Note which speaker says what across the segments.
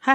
Speaker 1: 嗨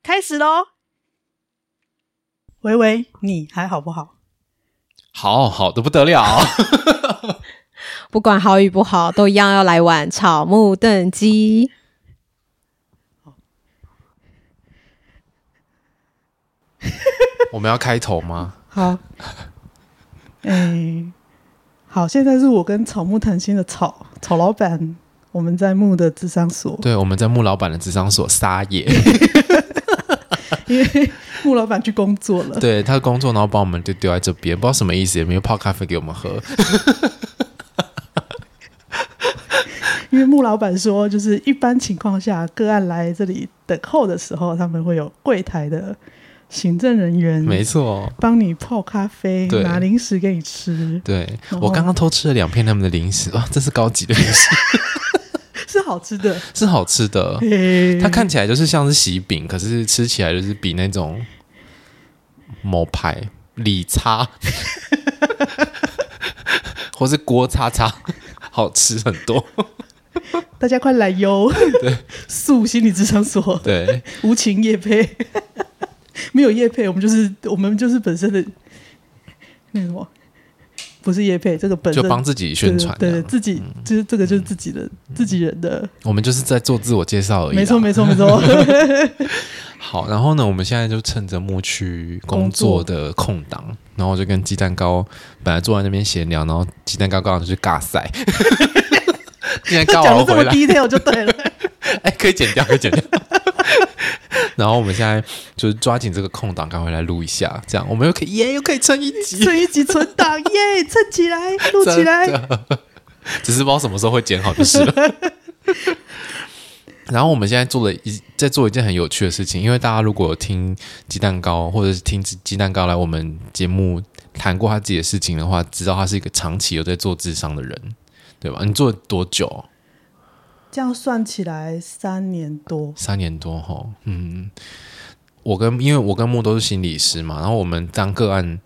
Speaker 1: 开始喽。喂喂，你还好不好？
Speaker 2: 好好的不得了，
Speaker 3: 不管好与不好，都一样要来碗草木炖鸡。
Speaker 2: 我们要开头吗？
Speaker 1: 好，哎、好，现在是我跟草木谈心的草草老板，我们在木的智商所，
Speaker 2: 对，我们在穆老板的智商所撒 野，
Speaker 1: 因为木老板去工作了。
Speaker 2: 对他的工作，然后把我们就丢在这边，不知道什么意思，也没有泡咖啡给我们喝。
Speaker 1: 因为穆老板说，就是一般情况下，个案来这里等候的时候，他们会有柜台的行政人员
Speaker 2: 没错，
Speaker 1: 帮你泡咖啡，
Speaker 2: 对
Speaker 1: 拿零食给你吃，
Speaker 2: 对
Speaker 1: 然后
Speaker 2: 我刚刚偷吃了两片他们的零食，哇，这是高级的零 食，
Speaker 1: 是好吃的。
Speaker 2: 是好吃的。
Speaker 1: 嘿
Speaker 2: 它看起来就是像是喜饼，可是吃起来就是比那种某牌理 叉或是锅叉叉好吃很多。
Speaker 1: 大家快来哟！素心理智商所，
Speaker 2: 对。
Speaker 1: 无情夜配， 没有夜配，我们就是我们就是本身的那个什么，不是夜配，这个本身
Speaker 2: 就帮自己宣传这
Speaker 1: 对
Speaker 2: 样。嗯
Speaker 1: 对对自己、就是这个就是自己的、自己人的，
Speaker 2: 我们就是在做自我介绍而已。
Speaker 1: 没错。没错没 错。
Speaker 2: 好，然后呢，我们现在就趁着牧区工作的空档，然后我就跟鸡蛋糕本来坐在那边闲聊，然后鸡蛋糕刚好就是 尬赛，今天刚
Speaker 1: 讲
Speaker 2: 好
Speaker 1: 的这么
Speaker 2: 回来，
Speaker 1: detail 就对 了，
Speaker 2: 哎，可以剪掉，可以剪掉。 然后我们现在就是抓紧这个空档，赶快来录一下，这样我们又可以耶，又可以撑一集，
Speaker 1: 存一集存档耶，蹭起来，录起来
Speaker 2: 真。的。 只是不知道什么时候会剪好就 是了。然后我们现在做了一在做一件很有趣的事情，因为大家如果有听鸡蛋糕或者是听鸡鸡蛋糕来我们节目谈过他自己的事情的话，知道他是一个长期有在做智商的人，对吧？你做了多久？
Speaker 1: 这样算起来三年多，
Speaker 2: 三年多哈，嗯，我跟因为我跟木都是心理师嘛，然后我们当个案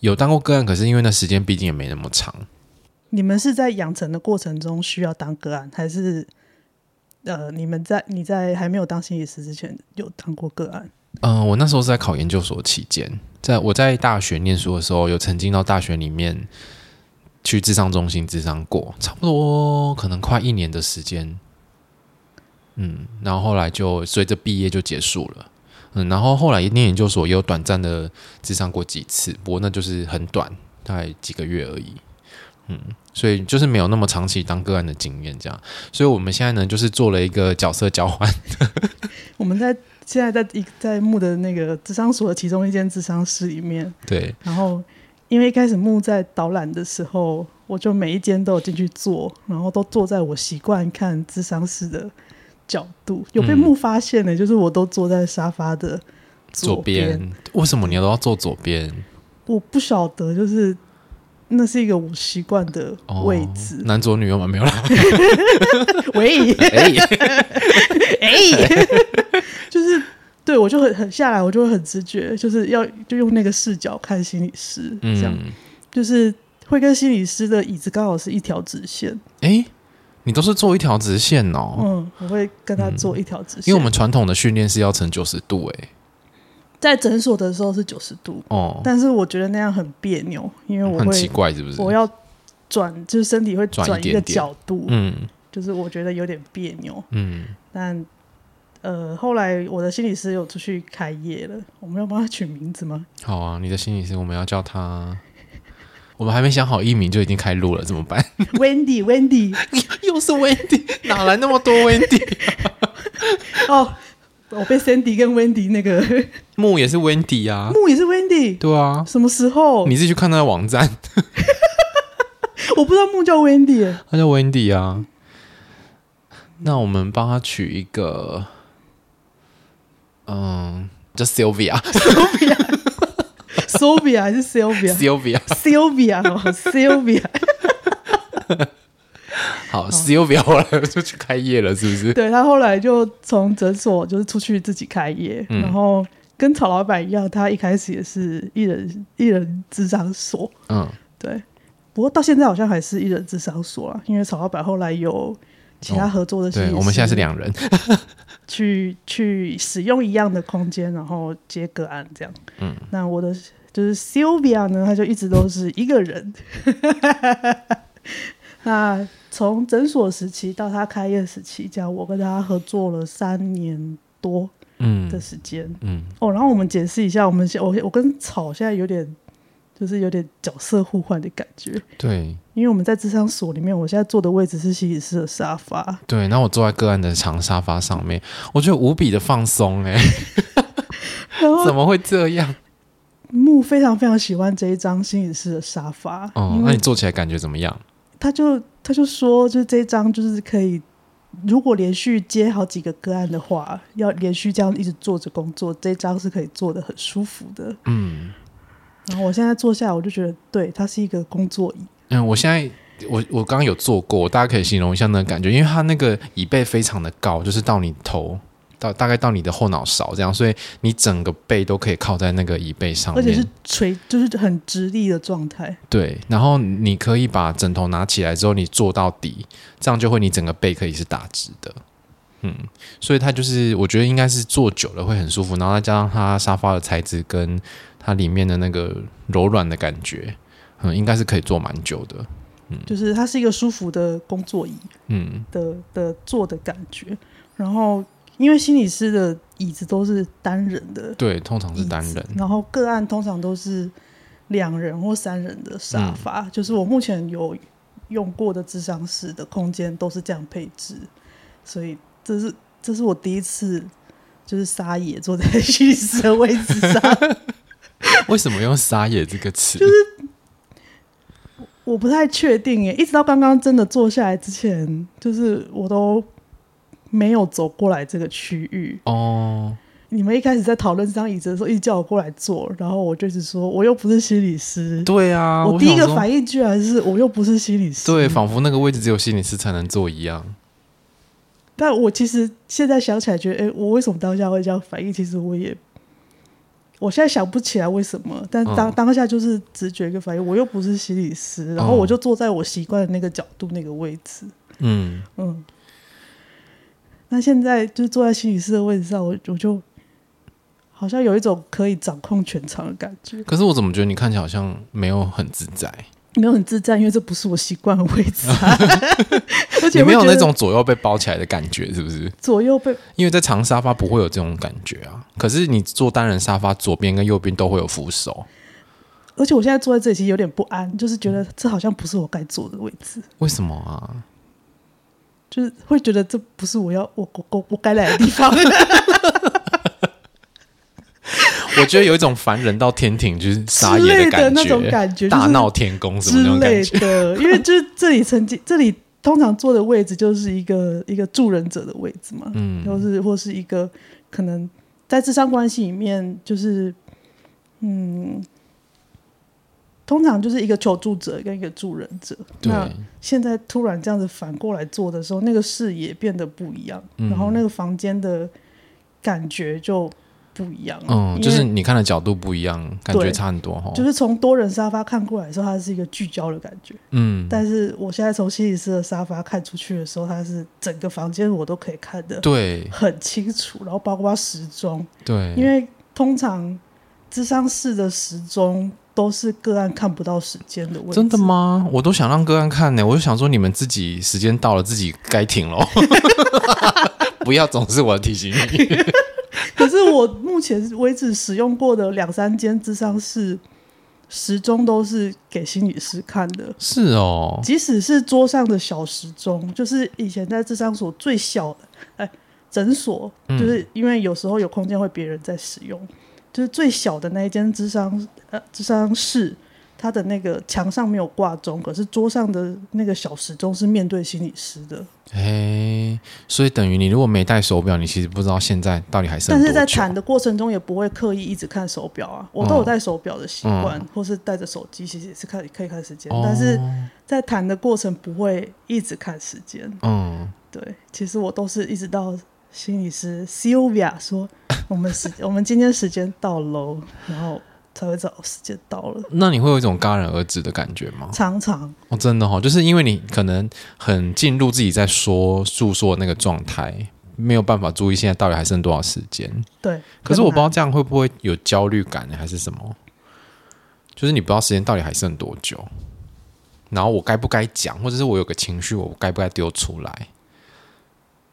Speaker 2: 有当过个案，可是因为那时间毕竟也没那么长，
Speaker 1: 你们是在养成的过程中需要当个案，还是呃，你们在你在还没有当心理师之前有当过个案？
Speaker 2: 嗯、我那时候是在考研究所期间，在我在大学念书的时候，有曾经到大学里面去智商中心智商过，差不多可能快一年的时间。嗯，然后后来就随着毕业就结束了。嗯，然后后来念研究所也有短暂的智商过几次，不过那就是很短，大概几个月而已。嗯，所以就是没有那么长期当个案的经验，这样。所以我们现在呢，就是做了一个角色交换。
Speaker 1: 我们在现在在一在木的那个智商所的其中一间智商室里面，
Speaker 2: 对，
Speaker 1: 然后因为一开始木在导览的时候，我就每一间都有进去坐，然后都坐在我习惯看智商室的角度，有被
Speaker 2: 嗯
Speaker 1: 木发现的、就是我都坐在沙发的
Speaker 2: 左边，为什么你都要坐左边？
Speaker 1: 我不晓得，就是那是一个我习惯的
Speaker 2: 哦
Speaker 1: 位置。
Speaker 2: 男左女右嘛，没有啦。
Speaker 1: 喂，
Speaker 2: 哎，
Speaker 1: 哎，就是
Speaker 4: 对我就很很下来，我就会很直觉，就是要就用那个视角看心理师，这样
Speaker 2: 嗯，
Speaker 4: 就是会跟心理师的椅子刚好是一条直线。
Speaker 2: 诶，哎你都是做一条直线哦，嗯
Speaker 4: 嗯，我会跟他做一条直线，
Speaker 2: 因为我们传统的训练是要成九十度、诶，
Speaker 4: 在诊所的时候是九十度，
Speaker 2: 哦，
Speaker 4: 但是我觉得那样很别扭，因为我
Speaker 2: 很奇
Speaker 4: 会
Speaker 2: 怪是不是？
Speaker 4: 我要转，就是身体会
Speaker 2: 转一
Speaker 4: 转一
Speaker 2: 点
Speaker 4: 个
Speaker 2: 点
Speaker 4: 角度，
Speaker 2: 嗯
Speaker 4: 就是我觉得有点别扭。
Speaker 2: 嗯，
Speaker 4: 但呃，后来我的心理师有出去开业了，我们要帮他取名字 吗？
Speaker 2: 好啊，你的心理师我们要叫他，我们还没想好艺名就已经开录了，怎么办？
Speaker 4: Wendy，Wendy，
Speaker 2: 又是 Wendy，哪来那么多 Wendy？
Speaker 4: 哦，我被 Sandy 跟 Wendy 那 个
Speaker 2: 木也是 Wendy 啊，
Speaker 4: 木也是 Wendy，
Speaker 2: 对啊，
Speaker 4: 什么时候？
Speaker 2: 你自己去看他的网站，
Speaker 4: 我不知道木叫 Wendy，耶
Speaker 2: 他叫 Wendy 啊。那我们帮他取一个，嗯，叫 Sylvia，Sylvia，
Speaker 4: ，Sylvia 还是 Sylvia？Sylvia 哦，Sylvia，
Speaker 2: 好，Sylvia 后来就去开业了，是不是？
Speaker 4: 对他后来就从诊所就是出去自己开业，
Speaker 2: 嗯
Speaker 4: 然后跟曹老板一样，他一开始也是一人一人智商所，
Speaker 2: 嗯，
Speaker 4: 对，不过到现在好像还是一人智商所啦，因为曹老板后来有其他合作的心理
Speaker 2: 哦对，
Speaker 4: 师
Speaker 2: 我们现在是两人，
Speaker 4: 去去使用一样的空间，然后接个案这样。嗯，那我的就是 Sylvia 呢，她就一直都是一个人。 那从诊所时期到她开业时期，这样我跟她合作了三年多
Speaker 2: 嗯
Speaker 4: 的时间。
Speaker 2: 嗯，
Speaker 4: 哦，然后我们解释一下，我们现我我跟草现在有点就是有点角色互换的感觉，
Speaker 2: 对
Speaker 4: 因为我们在智商所里面，我现在坐的位置是心理师的沙发，
Speaker 2: 对。然后我坐在个案的长沙发上面，我觉得无比的放松哎、
Speaker 4: 然后
Speaker 2: 怎么会这样？
Speaker 4: 木非常非常喜欢这一张心理师的沙发，
Speaker 2: 哦
Speaker 4: 因，
Speaker 2: 那
Speaker 4: 为
Speaker 2: 你坐起来感觉怎么样？
Speaker 4: 他就他就说，就是这一张就是可以，如果连续接好几个个案的话，要连续这样一直坐着工作，这一张是可以做的很舒服的。
Speaker 2: 嗯
Speaker 4: 然后我现在坐下来，我就觉得，对，它是一个工作椅，
Speaker 2: 嗯，我现在。我我刚刚有坐过，大家可以形容一下那个感觉，因为它那个椅背非常的高，就是到你头到大概到你的后脑勺这样，所以你整个背都可以靠在那个椅背上
Speaker 4: 而
Speaker 2: 面，
Speaker 4: 且是垂，就是很直立的状态。
Speaker 2: 对，然后你可以把枕头拿起来之后，你坐到底，这样就会你整个背可以是打直的。嗯，所以它就是我觉得应该是坐久了会很舒服，然后再加上它沙发的材质跟它里面的那个柔软的感觉，嗯，应该是可以坐蛮久的。
Speaker 4: 就是它是一个舒服的工作椅
Speaker 2: 嗯
Speaker 4: 的的坐的感觉。然后，因为心理师的椅子都是单人的，
Speaker 2: 对，通常是单
Speaker 4: 椅子
Speaker 2: 人。
Speaker 4: 然后个案通常都是两人或三人的
Speaker 2: 嗯
Speaker 4: 沙发，就是我目前有用过的智商室的空间都是这样配置，所以这是这是我第一次就是撒野坐在 心理师的位置上，
Speaker 2: 为什么用“撒野”这个词？
Speaker 4: 我不太确定耶，一直到刚刚真的坐下来之前，就是我都没有走过来这个区域，
Speaker 2: 哦，
Speaker 4: 你们一开始在讨论这张椅子的时候，一直叫我过来坐，然后我就一直说我又不是心理师，
Speaker 2: 对啊，
Speaker 4: 我第一个
Speaker 2: 想说
Speaker 4: 反应居然是我又不是心理师，
Speaker 2: 对，仿佛那个位置只有心理师才能坐一样。
Speaker 4: 但我其实现在想起来，觉得哎、诶我为什么当下会这样反应？其实我也，我现在想不起来为什么，但当、
Speaker 2: 嗯
Speaker 4: 当下就是直觉跟反应，我又不是心理师，然后
Speaker 2: 嗯
Speaker 4: 我就坐在我习惯的那个角度、那个位置，
Speaker 2: 嗯，
Speaker 4: 嗯。那现在就坐在心理师的位置上，我我就好像有一种可以掌控全场的感觉，
Speaker 2: 可是我怎么觉得你看起来好像没有很自在？
Speaker 4: 没有很自在，因为这不是我习惯的位置、 啊， 而且
Speaker 2: 你没有
Speaker 4: 会觉
Speaker 2: 那
Speaker 4: 得
Speaker 2: 种左右被包起来的感觉，是不是？
Speaker 4: 左右被
Speaker 2: 因为在长沙发不会有这种感觉啊。可是你坐单人沙发，左边跟右边都会有扶手，
Speaker 4: 而且我现在坐在这里其实有点不安，就是觉
Speaker 2: 嗯
Speaker 4: 得这好像不是我该坐的位置，
Speaker 2: 为什么 啊？
Speaker 4: 就是会觉得这不是我要我我我我该来的地方。
Speaker 2: 我觉得有一种凡人到天庭就是撒野感
Speaker 4: 之类的那
Speaker 2: 觉，
Speaker 4: 种感觉就是
Speaker 2: 大闹天宫什么
Speaker 4: 之
Speaker 2: 那种感
Speaker 4: 类
Speaker 2: 觉。
Speaker 4: 的，因为就是这里曾经这里通常坐的位置就是一个一个助人者的位置嘛，
Speaker 2: 嗯
Speaker 4: 或是或是一个可能在智商关系里面就是嗯，通常就是一个求助者跟一个助人者。
Speaker 2: 对
Speaker 4: 那现在突然这样子反过来做的时候，那个视野变得不一样，
Speaker 2: 嗯
Speaker 4: 然后那个房间的感觉就不一样。
Speaker 2: 嗯，
Speaker 4: 因
Speaker 2: 就是
Speaker 4: 为
Speaker 2: 你哦看的角度不一样，感觉
Speaker 4: 对
Speaker 2: 差很多哈。
Speaker 4: 就是从多人沙发看过来的时候，它是一个聚焦的感觉。
Speaker 2: 嗯，
Speaker 4: 但是我现在从心理师的沙发看出去的时候，它是整个房间我都可以看得
Speaker 2: 对
Speaker 4: 很清楚，然后包括时钟，
Speaker 2: 对，
Speaker 4: 因为通常智商室的时钟都是个案看不到时间的位置。
Speaker 2: 真的？吗？我都想让个案看呢、我就想说你们自己时间到了，自己该 停喽， 不要总是我提醒你。
Speaker 4: 可是我目前为止使用过的两三间智商室，时钟都是给心理师看的。
Speaker 2: 是哦，
Speaker 4: 即使是桌上的小时钟，就是以前在智商所最小的，哎，诊所，
Speaker 2: 嗯
Speaker 4: 就是因为有时候有空间会别人在使用，就是最小的那一间智商呃智商室，它的那个墙上没有挂钟，可是桌上的那个小时钟是面对心理师的，
Speaker 2: 哎，所以等于你如果没戴手表，你其实不知道现在到底还剩
Speaker 4: 但
Speaker 2: 多久。哦
Speaker 4: 是在谈的过程中也不会刻意一直看手表啊，我都有戴手表的习惯，或是带着手机其实也是看可以看时间，
Speaker 2: 嗯哦
Speaker 4: 但是在谈的过程不会一直看时间。
Speaker 2: 嗯，
Speaker 4: 对，其实我都是一直到心理师 Sylvia 说我们时我们今天时间到喽，然后才会知道哦时间到了。
Speaker 2: 那你会有一种戛然而止的感觉吗？
Speaker 4: 常常
Speaker 2: 哦，真的哦，就是因为你可能很进入自己在说诉说的那个状态，没有办法注意现在到底还剩多少时间。
Speaker 4: 对，
Speaker 2: 可是我不知道
Speaker 4: 很难
Speaker 2: 这样会不会有焦虑感呢还是什么，就是你不知道时间到底还剩多久，然后我该不该讲，或者是我有个情绪，我该不该丢出来？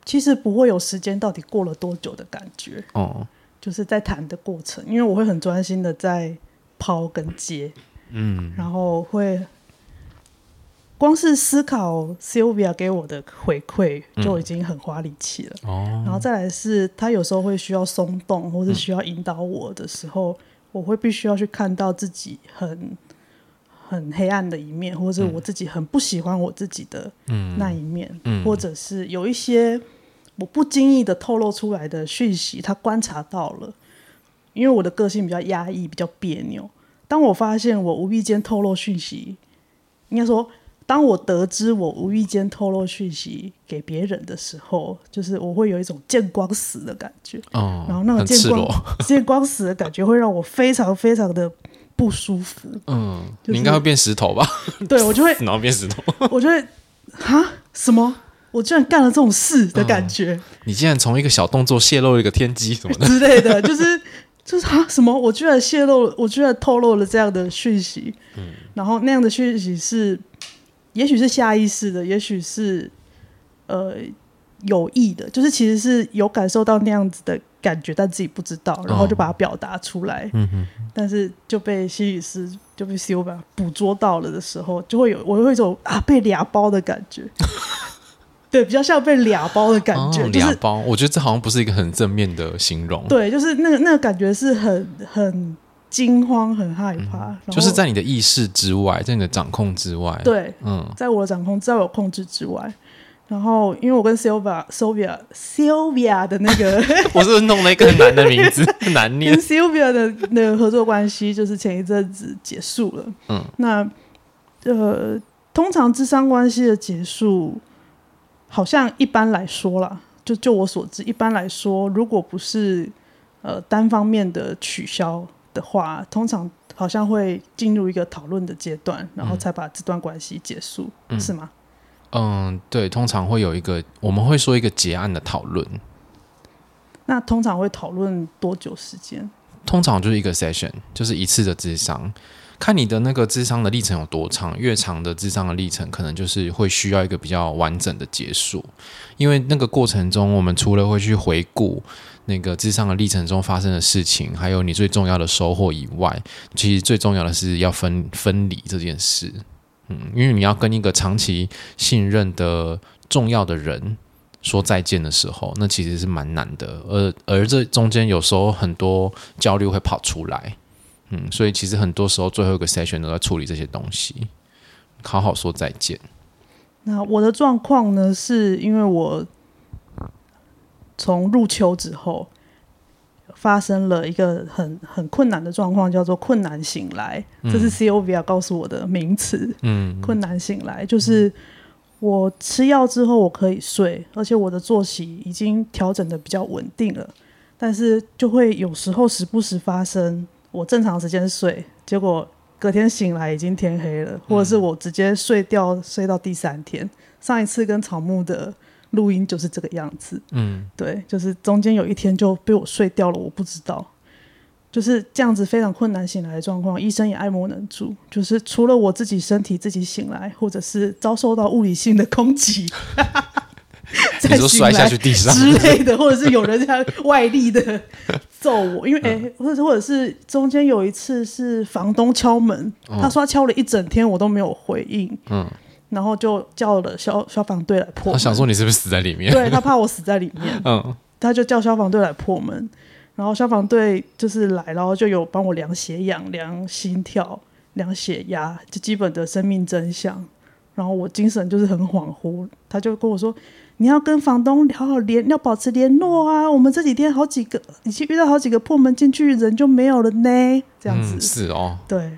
Speaker 4: 其实不会有时间到底过了多久的感觉，
Speaker 2: 哦、
Speaker 4: 就是在谈的过程，因为我会很专心的在抛跟接，嗯，然后会。光是思考 Sylvia 给我的回馈就已经很花力气了，
Speaker 2: 哦，
Speaker 4: 然后再来是，他有时候会需要松动，或是需要引导我的时候，我会必须要去看到自己很很黑暗的一面，或者我自己很不喜欢我自己的那一面，或者是有一些我不经意的透露出来的讯息，他观察到了。因为我的个性比较压抑，比较别扭。当我发现我无意间透露讯息，应该说，当我得知我无意间透露讯息给别人的时候，就是我会有一种见光死的感觉。
Speaker 2: 哦，
Speaker 4: 然后那个
Speaker 2: 很
Speaker 4: 见
Speaker 2: 赤裸，
Speaker 4: 光 见光死的感觉会让我非常非常的不舒 服。
Speaker 2: 嗯，
Speaker 4: 就是
Speaker 2: 你应该会变石头吧？
Speaker 4: 对我就会，
Speaker 2: 然后变石头，
Speaker 4: 我就会，哈什么？我居然干了这种事的感觉、
Speaker 2: 你竟然从一个小动作泄露了一个天机什么的，
Speaker 4: 之类的，就是就是啊什么？我居然泄露了，我居然透露了这样的讯息。
Speaker 2: 嗯
Speaker 4: 然后那样的讯息是，也许是下意识的，也许是呃有意的，就是其实是有感受到那样子的感觉，但自己不知道，然后就把它表达出来。
Speaker 2: 哦嗯哼，
Speaker 4: 但是就被心理师就被 Silva 捕捉到了的时候，就会有我会有一种啊被俩包的感 觉。对，比较像被俩包 的感觉，
Speaker 2: 哦、
Speaker 4: 就
Speaker 2: 俩
Speaker 4: 是
Speaker 2: 包，我觉得这好像不是一个很正面的形容，，
Speaker 4: 对，就是那个那个感觉是很很惊慌、很害怕，然后
Speaker 2: 嗯就是在你的意识之外，在你的掌控之外，，
Speaker 4: 对，
Speaker 2: 嗯，
Speaker 4: 在我的掌控、在我控制之外。然后，因为我跟 Silva、Sylvia、Sylvia 的那个
Speaker 2: 我是不是弄了一个很难的名字， 很难
Speaker 4: 跟
Speaker 2: 念，
Speaker 4: Sylvia 的那个合作关系，就是前一阵子结束了。
Speaker 2: 嗯，
Speaker 4: 那呃，通常智商关系的结束，好像一般来说啦，就就我所知，一般来说，如果不是呃单方面的取消的话，通常好像会进入一个讨论的阶段，然后才把这段关系结束，
Speaker 2: 嗯
Speaker 4: 是吗？
Speaker 2: 嗯，对，通常会有一个，我们会说一个结案的讨论，
Speaker 4: 那通常会讨论多久时间？
Speaker 2: 通常就是一个 session，就是一次的智商，看你的那个智商的历程有多长，越长的智商的历程，可能就是会需要一个比较完整的结束，因为那个过程中，我们除了会去回顾那个智商的历程中发生的事情，还有你最重要的收获以外，其实最重要的是要分分离这件事，嗯，因为你要跟一个长期信任的重要的人。说再见的时候，那其实是蛮难的，而而这中间有时候很多焦虑会跑出来。嗯，所以其实很多时候最后一个 session 都在处理这些东西，好好说再见。
Speaker 4: 那我的状况呢，是因为我从入秋之后发生了一个很很困难的状况，叫做困难醒来，这是 Covia 告诉我的名词。
Speaker 2: 嗯，
Speaker 4: 困难醒来就是我吃药之后我可以睡，而且我的作息已经调整的比较稳定了，但是就会有时候时不时发生，我正常时间睡，结果隔天醒来已经天黑
Speaker 2: 嗯
Speaker 4: 了，或者是我直接睡掉睡到第三天。上一次跟草木的录音就是这个样子，
Speaker 2: 嗯，
Speaker 4: 对，就是中间有一天就被我睡掉了，我不知道。就是这样子非常困难醒来的状况，医生也爱莫能助。就是除了我自己身体自己醒来，或者是遭受到物理性的攻击，
Speaker 2: 你
Speaker 4: 再
Speaker 2: 说
Speaker 4: 醒来
Speaker 2: 摔下去地上，
Speaker 4: 之类的，或者是有人在外力的揍我，因为哎、或者或者是中间有一次是房东敲门，他说他敲了一整天，我都没有回应，
Speaker 2: 哦嗯，
Speaker 4: 然后就叫了消消防队来破
Speaker 2: 他
Speaker 4: 门，
Speaker 2: 想说你是不是死在里面？
Speaker 4: 对他怕我死在里面，
Speaker 2: 嗯，
Speaker 4: 他就叫消防队来破门，然后消防队就是来，然后就有帮我量血氧、量心跳、量血压，就基本的生命真相。然后我精神就是很恍惚，他就跟我说：“你要跟房东好好联，要保持联络啊！我们这几天好几个已经遇到好几个破门进去人就没有了呢，这样子。
Speaker 2: 嗯是哦，
Speaker 4: 对，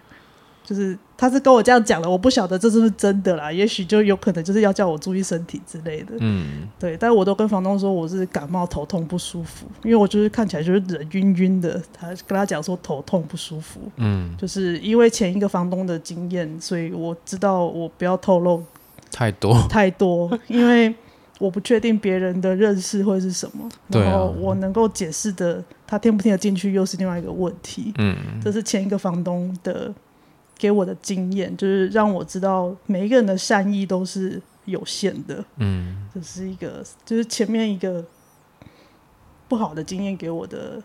Speaker 4: 就是他是跟我这样讲了，我不晓得这是不是真的啦，也许就有可能就是要叫我注意身体之类的。
Speaker 2: 嗯，
Speaker 4: 对，但我都跟房东说我是感冒、头痛不舒服，因为我就是看起来就是人晕晕的。他跟他讲说头痛不舒服，
Speaker 2: 嗯，
Speaker 4: 就是因为前一个房东的经验，所以我知道我不要透露
Speaker 2: 太多，
Speaker 4: 太多，因为我不确定别人的认识会是什么，
Speaker 2: 对啊
Speaker 4: 然后我能够解释的，他听不听得进去又是另外一个问题。
Speaker 2: 嗯
Speaker 4: 这是前一个房东的给我的经验，就是让我知道每一个人的善意都是有限的。
Speaker 2: 嗯，
Speaker 4: 这是一个，就是前面一个不好的经验给我的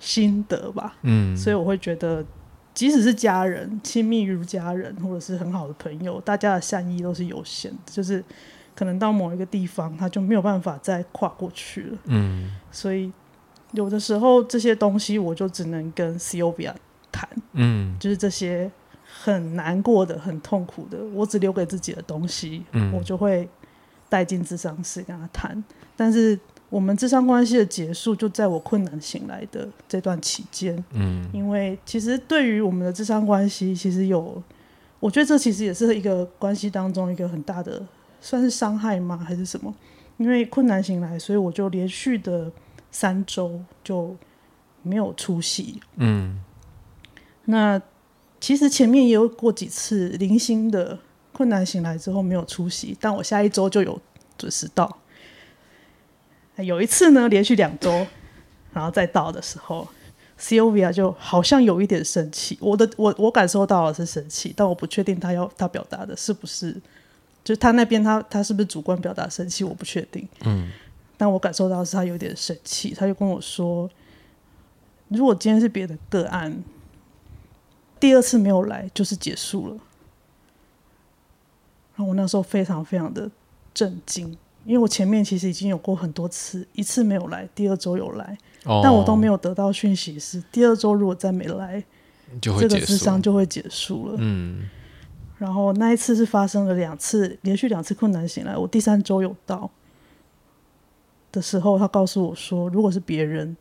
Speaker 4: 心得吧，
Speaker 2: 嗯，
Speaker 4: 所以我会觉得，即使是家人、亲密如家人，或者是很好的朋友，大家的善意都是有限的，就是可能到某一个地方，他就没有办法再跨过去了，
Speaker 2: 嗯
Speaker 4: 所以有的时候这些东西，我就只能跟 Cobia 啊谈，
Speaker 2: 嗯
Speaker 4: 就是这些很难过的、很痛苦的，我只留给自己的东西，
Speaker 2: 嗯
Speaker 4: 我就会带进智商室跟他谈。但是我们智商关系的结束，就在我困难醒来的这段期间，
Speaker 2: 嗯
Speaker 4: 因为其实对于我们的智商关系，其实有，我觉得这其实也是一个关系当中一个很大的，算是伤害吗？还是什么？因为困难醒来，所以我就连续的三周就没有出席，
Speaker 2: 嗯
Speaker 4: 那其实前面也有过几次零星的困难醒来之后没有出席，但我下一周就有准时到。有一次呢，连续两周，然后再到的时候，Sylvia 就好像有一点生气。我的我我感受到的是生气，但我不确定他要他表达的是不是，就是他那边他他是不是主观表达生气，我不确定。嗯，但我感受到的是他有点生气，他就跟我说，如果今天是别的个案，第二次没有来就是结束了。然后我那时候非常非常的震惊，因为我前面其实已经有过很多次，一次没有来，第二周有来，
Speaker 2: 哦，
Speaker 4: 但我都没有得到讯息是第二周如果再没来，
Speaker 2: 就
Speaker 4: 这
Speaker 2: 会
Speaker 4: 个
Speaker 2: 结
Speaker 4: 智
Speaker 2: 束
Speaker 4: 商，就会结束了。
Speaker 2: 嗯
Speaker 4: 然后那一次是发生了两次，连续两次困难醒来，我第三周有到的时候，他告诉我说，如果是别人，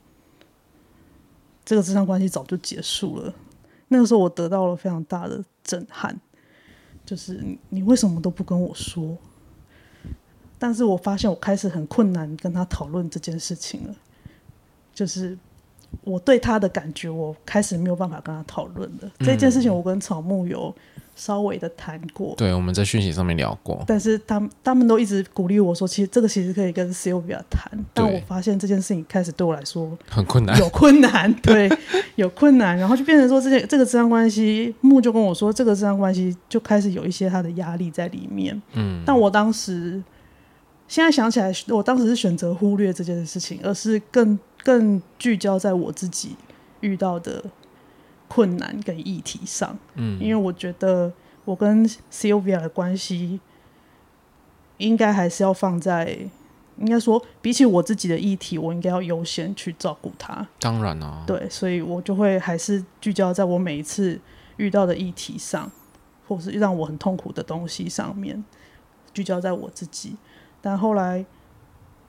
Speaker 4: 这个智商关系早就结束了。那个时候我得到了非常大的震撼，就是你你为什么都不跟我说？但是我发现我开始很困难跟他讨论这件事情了，就是我对他的感觉，我开始没有办法跟他讨论了。这件事情我跟草木有稍微的谈过，
Speaker 2: 对，我们在讯息上面聊过，
Speaker 4: 但是他们他们都一直鼓励我说，其实这个其实可以跟 Sylvia 谈，但我发现这件事情开始对我来 说
Speaker 2: 很困难，
Speaker 4: 有困难，对，有困难，然后就变成说这些这个智商关系，木就跟我说，这个智商关系就开始有一些他的压力在里面，
Speaker 2: 嗯
Speaker 4: 但我当时现在想起来，我当时是选择忽略这件事情，而是更更聚焦在我自己遇到的困难跟议题上。
Speaker 2: 嗯
Speaker 4: 因为我觉得我跟 Sylvia 的关系应该还是要放在，应该说比起我自己的议题，我应该要优先去照顾她。
Speaker 2: 当然啊，
Speaker 4: 对，所以我就会还是聚焦在我每一次遇到的议题上，或是让我很痛苦的东西上面，聚焦在我自己。但后来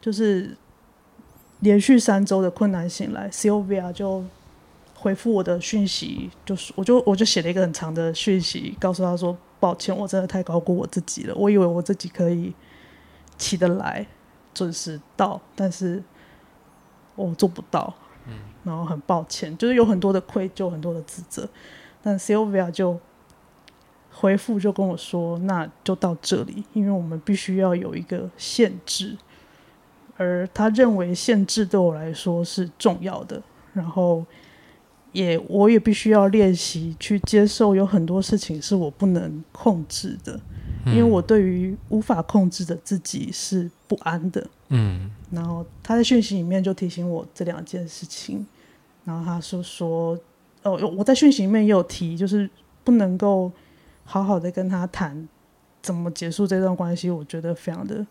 Speaker 4: 就是连续三周的困难醒来，Sylvia 就回复我的讯息，就是我就我就写了一个很长的讯息，告诉他说：“抱歉，我真的太高估我自己了，我以为我自己可以起得来，准时到，但是我做不到，嗯，然后很抱歉，就是有很多的愧疚，很多的自责。但 Sylvia 就回复就跟我说，那就到这里，因为我们必须要有一个限制，而他认为限制对我来说是重要的，然后也我也必须要练习去接受，有很多事情是我不能控制的，因为我对于无法控制的自己是不安的。
Speaker 2: 嗯
Speaker 4: 然后他在讯息里面就提醒我这两件事情，然后他是说，哦，有我在讯息里面也有提，就是不能够好好的跟他谈怎么结束这段关系，我觉得非常的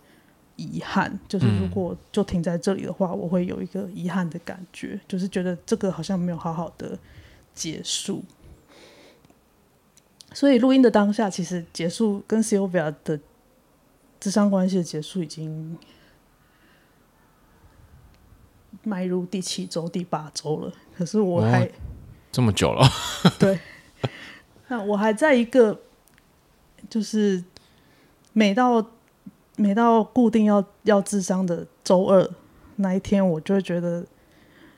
Speaker 4: 遗憾。就是如果就停在这里的话，我会有一个遗憾的感觉，就是觉得这个好像没有好好的结束。所以录音的当下，其实结束跟 Sylvia 的智商关系的结束已经迈入第七周、第八周了。可是我还、
Speaker 2: 哦这么久了，
Speaker 4: 对，那我还在一个，就是每到每到固定要要智商的周二那一天，我就会觉得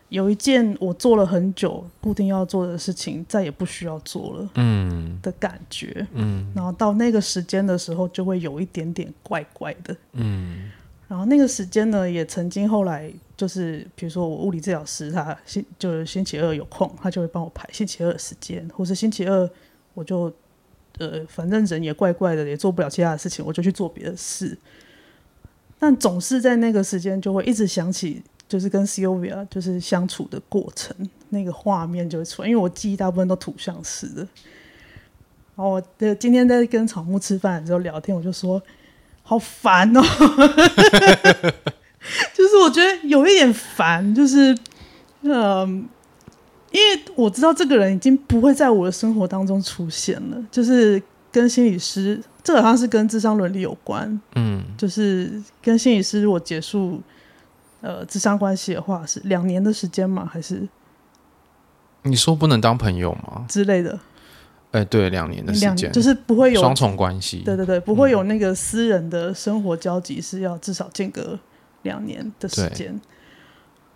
Speaker 4: 有一件我做了很久固定要做的事情，再也不需要做了
Speaker 2: 嗯
Speaker 4: 的感觉。
Speaker 2: 嗯
Speaker 4: 然后到那个时间的时候，就会有一点点怪怪的。
Speaker 2: 嗯
Speaker 4: 然后那个时间呢，也曾经后来就是，比如说我物理治疗师他星就是星期二有空，他就会帮我排星期二的时间，或是星期二我就呃，反正人也怪怪的，也做不了其他的事情，我就去做别的事。但总是在那个时间就会一直想起，就是跟 Sylvia 就是相处的过程，那个画面就会出来，因为我记忆大部分都图像式的。然后我的今天在跟草木吃饭的时候聊天，我就说好烦哦， 就是我觉得有一点烦，就是嗯，因为我知道这个人已经不会在我的生活当中出现了，就是跟心理师，这个好像是跟智商伦理有关，
Speaker 2: 嗯
Speaker 4: 就是跟心理师如果结束呃智商关系的话，是两年的时间吗？还是
Speaker 2: 你说不能当朋友吗？
Speaker 4: 之类的？
Speaker 2: 哎，对，两年的时
Speaker 4: 两
Speaker 2: 间，
Speaker 4: 就是不会有
Speaker 2: 双嗯重关系，
Speaker 4: 对对对，不会有那个私人的生活交集是要至少间隔两年的时间，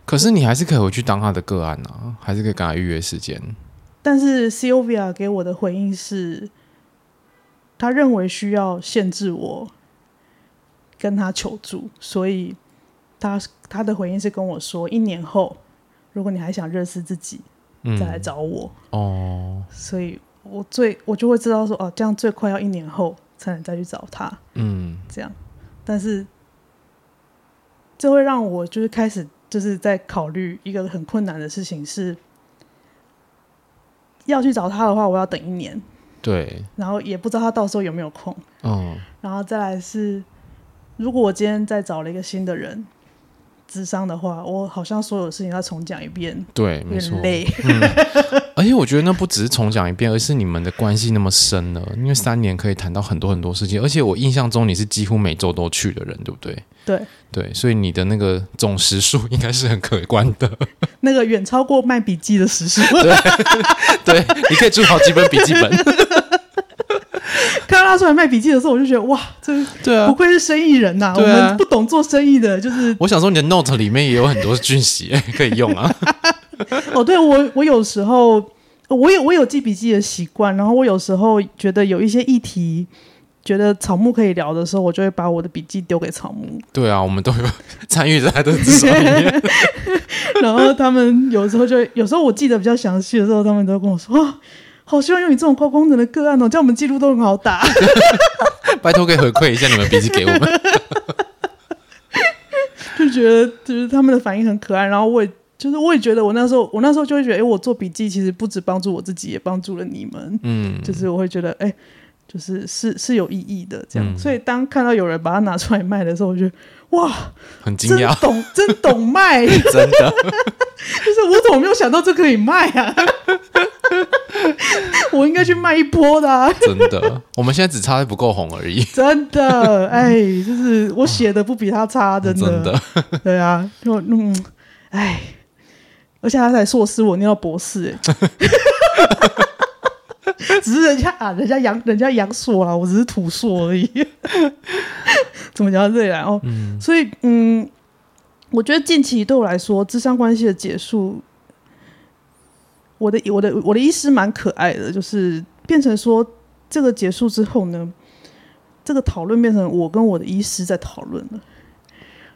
Speaker 2: 可是你还是可以回去当他的个案啊，还是可以跟他预约时间。
Speaker 4: 但是 Sylvia 给我的回应是，他认为需要限制我跟他求助，所以他他的回应是跟我说，一年后如果你还想认识自己，
Speaker 2: 嗯，
Speaker 4: 再来找我。
Speaker 2: 哦，
Speaker 4: 所以我最我就会知道说，哦，这样最快要一年后才能再去找他。
Speaker 2: 嗯
Speaker 4: 这样，但是这会让我就是开始就是在考虑一个很困难的事情是，要去找他的话，我要等一年，
Speaker 2: 对，
Speaker 4: 然后也不知道他到时候有没有空，
Speaker 2: 嗯
Speaker 4: 然后再来是，如果我今天再找了一个新的人智商的话，我好像所有事情要重讲一遍，
Speaker 2: 对，
Speaker 4: 有
Speaker 2: 没错
Speaker 4: 点。累。
Speaker 2: 而且我觉得那不只是重讲一遍，而是你们的关系那么深了，因为三年可以谈到很多很多事情。而且我印象中你是几乎每周都去的人，对不对？
Speaker 4: 对，
Speaker 2: 对，所以你的那个总时数应该是很可观的。
Speaker 4: 那个远超过卖笔记的时数，
Speaker 2: 对，你可以做好几本笔记本。
Speaker 4: 看到他出来卖笔记的时候，我就觉得哇，这
Speaker 2: 对
Speaker 4: 不，愧是生意人呐、我
Speaker 2: 呃对啊
Speaker 4: 们不懂做生意的，就是
Speaker 2: 我想说你的 Note 里面也有很多讯息可以用啊。
Speaker 4: 哦，对我我有时候我有我有记笔记的习惯，然后我有时候觉得有一些议题，觉得草木可以聊的时候，我就会把我的笔记丢给草木，
Speaker 2: 对啊，我们都有参与在他的至少里面。
Speaker 4: 然后他们有时候就会有时候我记得比较详细的时候，他们都跟我说。哇好希望有你这种高功能的个案哦，这样我们记录都很好打。
Speaker 2: 拜托可以回馈一下你们笔记给我们。
Speaker 4: 就觉得就是他们的反应很可爱，然后我也就是我也觉得我那时候我那时候就会觉得，哎、我做笔记其实不止帮助我自己，也帮助了你们。
Speaker 2: 嗯，
Speaker 4: 就是我会觉得，哎、就是是是有意义的这样。
Speaker 2: 嗯
Speaker 4: 所以当看到有人把它拿出来卖的时候，我觉得哇，
Speaker 2: 很惊
Speaker 4: 真
Speaker 2: 讶，
Speaker 4: 懂，真懂卖， 就
Speaker 2: 真的。
Speaker 4: 是我怎么没有想到这可以卖啊？ 我应该去卖一波的、啊，
Speaker 2: 真的，我们现在只差不够红而已。
Speaker 4: 真的，哎、就是我写的不比他差，真的，
Speaker 2: 真的，
Speaker 4: 对啊，就嗯，哎，而且他才硕士，我念到博士、哎， 只是人家啊，人家杨人家杨硕啦，我只是土 硕而已。怎么讲到这里来哦？所以嗯，我觉得近期对我来说，智商关系的结束，我的我的我的意思蛮可爱的，就是变成说这个结束之后呢，这个讨论变成我跟我的医师在讨论了。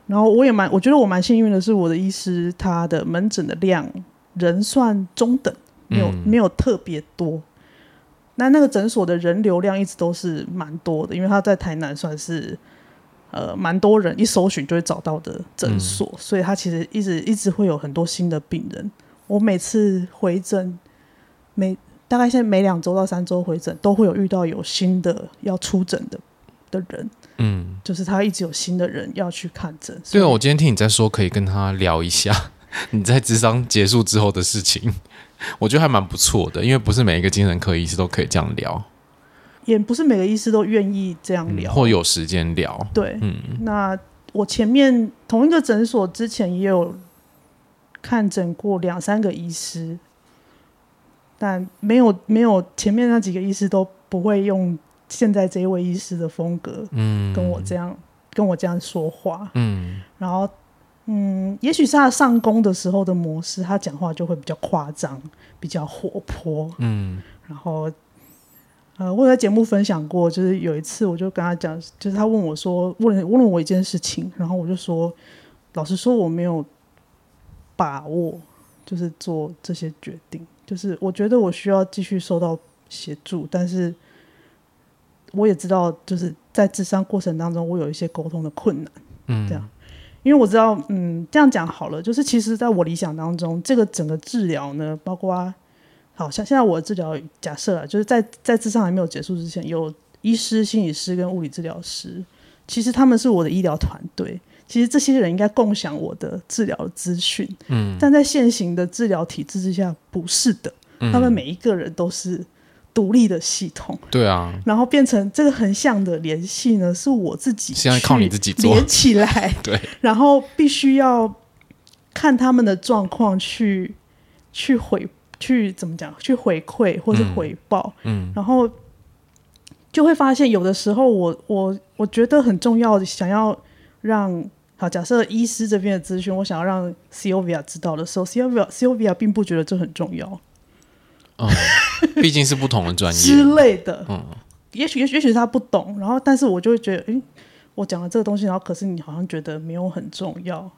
Speaker 4: 然后我也蛮，我觉得我蛮幸运的是，我的医师他的门诊的量人算中等，没有、
Speaker 2: 嗯
Speaker 4: 没有特别多。那那个诊所的人流量一直都是蛮多的，因为他在台南算是呃蛮多人一搜寻就会找到的诊所，所以他其实一直一直会有很多新的病人。我每次回诊，每大概现在每两周到三周回诊都会有遇到有新的要出诊的的人，
Speaker 2: 嗯，
Speaker 4: 就是他一直有新的人要去看诊。所
Speaker 2: 对
Speaker 4: 以
Speaker 2: 啊，我今天听你在说，可以跟他聊一下 你在智商结束之后的事情， 我觉得还蛮不错的，因为不是每一个精神科医师都可以这样聊，
Speaker 4: 也不是每个医师都愿意这样
Speaker 2: 嗯
Speaker 4: 聊。
Speaker 2: 或有时间聊。
Speaker 4: 对，
Speaker 2: 嗯
Speaker 4: 那我前面同一个诊所之前也有看诊过两三个医师，但没有没有前面那几个医师都不会用现在这一位医师的风格
Speaker 2: 嗯，
Speaker 4: 跟我这样、跟我这样说话。
Speaker 2: 嗯
Speaker 4: 然后，嗯，也许是他上工的时候的模式，他讲话就会比较夸张，比较活泼。
Speaker 2: 嗯
Speaker 4: 然后，呃，我有在节目分享过，就是有一次我就跟他讲，就是他问我说，问了问了我一件事情，然后我就说，老实说我没有把握，就是做这些决定，就是我觉得我需要继续受到协助，但是我也知道，就是在智商过程当中，我有一些沟通的困难。
Speaker 2: 嗯，
Speaker 4: 这样因为我知道，嗯，这样讲好了，就是其实在我理想当中，这个整个治疗呢，包括好像现在我的治疗假设啊，就是在在智商还没有结束之前，有医师、心理师跟物理治疗师，其实他们是我的医疗团队，其实这些人应该共享我的治疗资讯，
Speaker 2: 嗯，
Speaker 4: 但在现行的治疗体制之下，不是的，他们
Speaker 2: 嗯
Speaker 4: 每一个人都是独立的系统，
Speaker 2: 对啊，
Speaker 4: 然后变成这个横向的联系呢，是我自己
Speaker 2: 现在靠
Speaker 4: 去
Speaker 2: 你自己做
Speaker 4: 连起来，
Speaker 2: 对，
Speaker 4: 然后必须要看他们的状况去去回去怎么讲，去回馈或是
Speaker 2: 嗯
Speaker 4: 回报，
Speaker 2: 嗯
Speaker 4: 然后就会发现有的时候我我我觉得很重要，想要让好假设医师这边的资讯，我想要让 Sylvia 知道的时候，Sylvia Sylvia 并不觉得这很重要，
Speaker 2: 嗯，毕竟是不同的 专业，
Speaker 4: 之类的。
Speaker 2: 嗯
Speaker 4: 也许也许也许是他不懂，然后但是我就会觉得，诶，我讲了这个东西，然后可是你好像觉得没有很重要，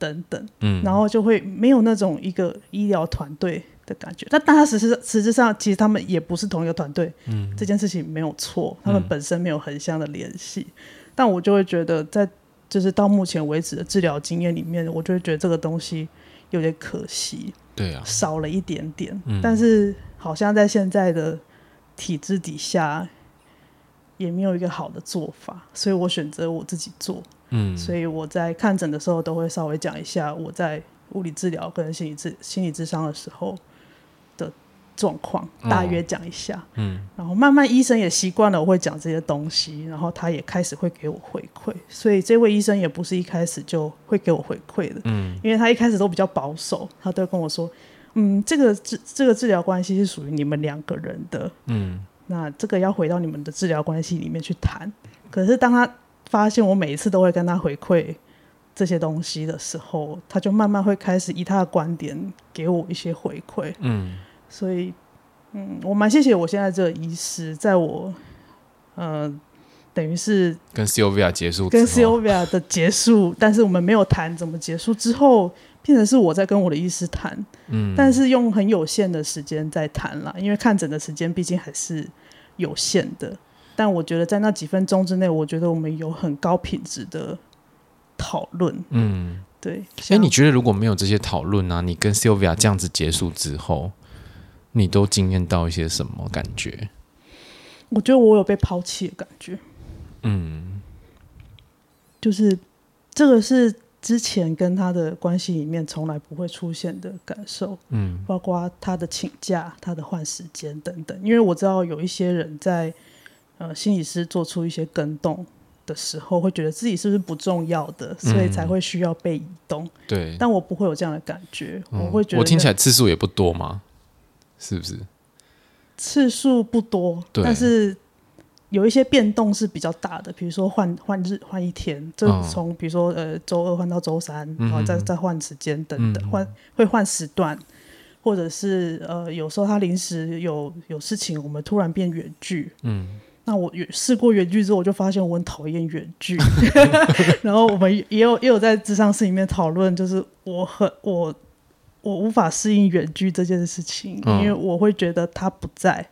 Speaker 4: 等等，
Speaker 2: 嗯，
Speaker 4: 然后就会没有那种一个医疗团队的感觉。但但他实质实质上，其实他们也不是同一个团队，嗯，这件事情没有错，
Speaker 2: 嗯
Speaker 4: 他们本身没有横向的联系，但我就会觉得在。就是到目前为止的治疗经验里面，我就会觉得这个东西有点可惜。
Speaker 2: 对啊，
Speaker 4: 少了一点点，
Speaker 2: 嗯
Speaker 4: 但是好像在现在的体制底下，也没有一个好的做法，所以我选择我自己做。
Speaker 2: 嗯，
Speaker 4: 所以我在看诊的时候，都会稍微讲一下我在物理治疗跟心理治心理智商的时候的状况，
Speaker 2: 哦
Speaker 4: 大约讲一下。
Speaker 2: 嗯
Speaker 4: 然后慢慢医生也习惯了我会讲这些东西，然后他也开始会给我回馈，所以这位医生也不是一开始就会给我回馈的，
Speaker 2: 嗯，
Speaker 4: 因为他一开始都比较保守，他都会跟我说，嗯，这个治这个治疗关系是属于你们两个人的，
Speaker 2: 嗯
Speaker 4: 那这个要回到你们的治疗关系里面去谈。可是当他发现我每一次都会跟他回馈这些东西的时候，他就慢慢会开始以他的观点给我一些回馈，
Speaker 2: 嗯
Speaker 4: 所以，嗯，我蛮谢谢我现在这个医师，在我，呃，等于是
Speaker 2: 跟 Sylvia 结束之
Speaker 4: 跟
Speaker 2: 后，
Speaker 4: Sylvia 的结束，但是我们没有谈怎么结束之后，变成是我在跟我的医师谈，
Speaker 2: 嗯，
Speaker 4: 但是用很有限的时间在谈啦，因为看诊的时间毕竟还是有限的。但我觉得在那几分钟之内，我觉得我们有很高品质的讨论。
Speaker 2: 嗯，
Speaker 4: 对，
Speaker 2: 哎，
Speaker 4: 像
Speaker 2: 你觉得如果没有这些讨论啊，你跟 Sylvia 这样子结束之后，你都经验到一些什么感觉？
Speaker 4: 我觉得我有被抛弃的感觉。
Speaker 2: 嗯
Speaker 4: 就是这个是之前跟他的关系里面从来不会出现的感受，
Speaker 2: 嗯
Speaker 4: 包括他的请假、他的换时间等等。因为我知道有一些人在呃心理师做出一些跟动的时候，会觉得自己是不是不重要的，所以才会需要被移动。
Speaker 2: 对，
Speaker 4: 但我不会有这样的感觉，
Speaker 2: 嗯
Speaker 4: 我会觉得
Speaker 2: 我听起来次数也不多嘛，是不是？
Speaker 4: 次数不多，
Speaker 2: 对
Speaker 4: 但是有一些变动是比较大的，比如说换换日换一天，就
Speaker 2: 嗯
Speaker 4: 从比如说呃周二换到周三，然后再
Speaker 2: 嗯
Speaker 4: 再换时间等
Speaker 2: 嗯
Speaker 4: 等，换会换时段，或者是呃有时候他临时有有事情，我们突然变远距，
Speaker 2: 嗯，
Speaker 4: 那我远试过远距之后，我就发现我很讨厌远 距。 然后我们也有也有在智商室里面讨论，就是我很我我无法适应远距这件事情，
Speaker 2: 嗯
Speaker 4: 因为我会觉得他不在。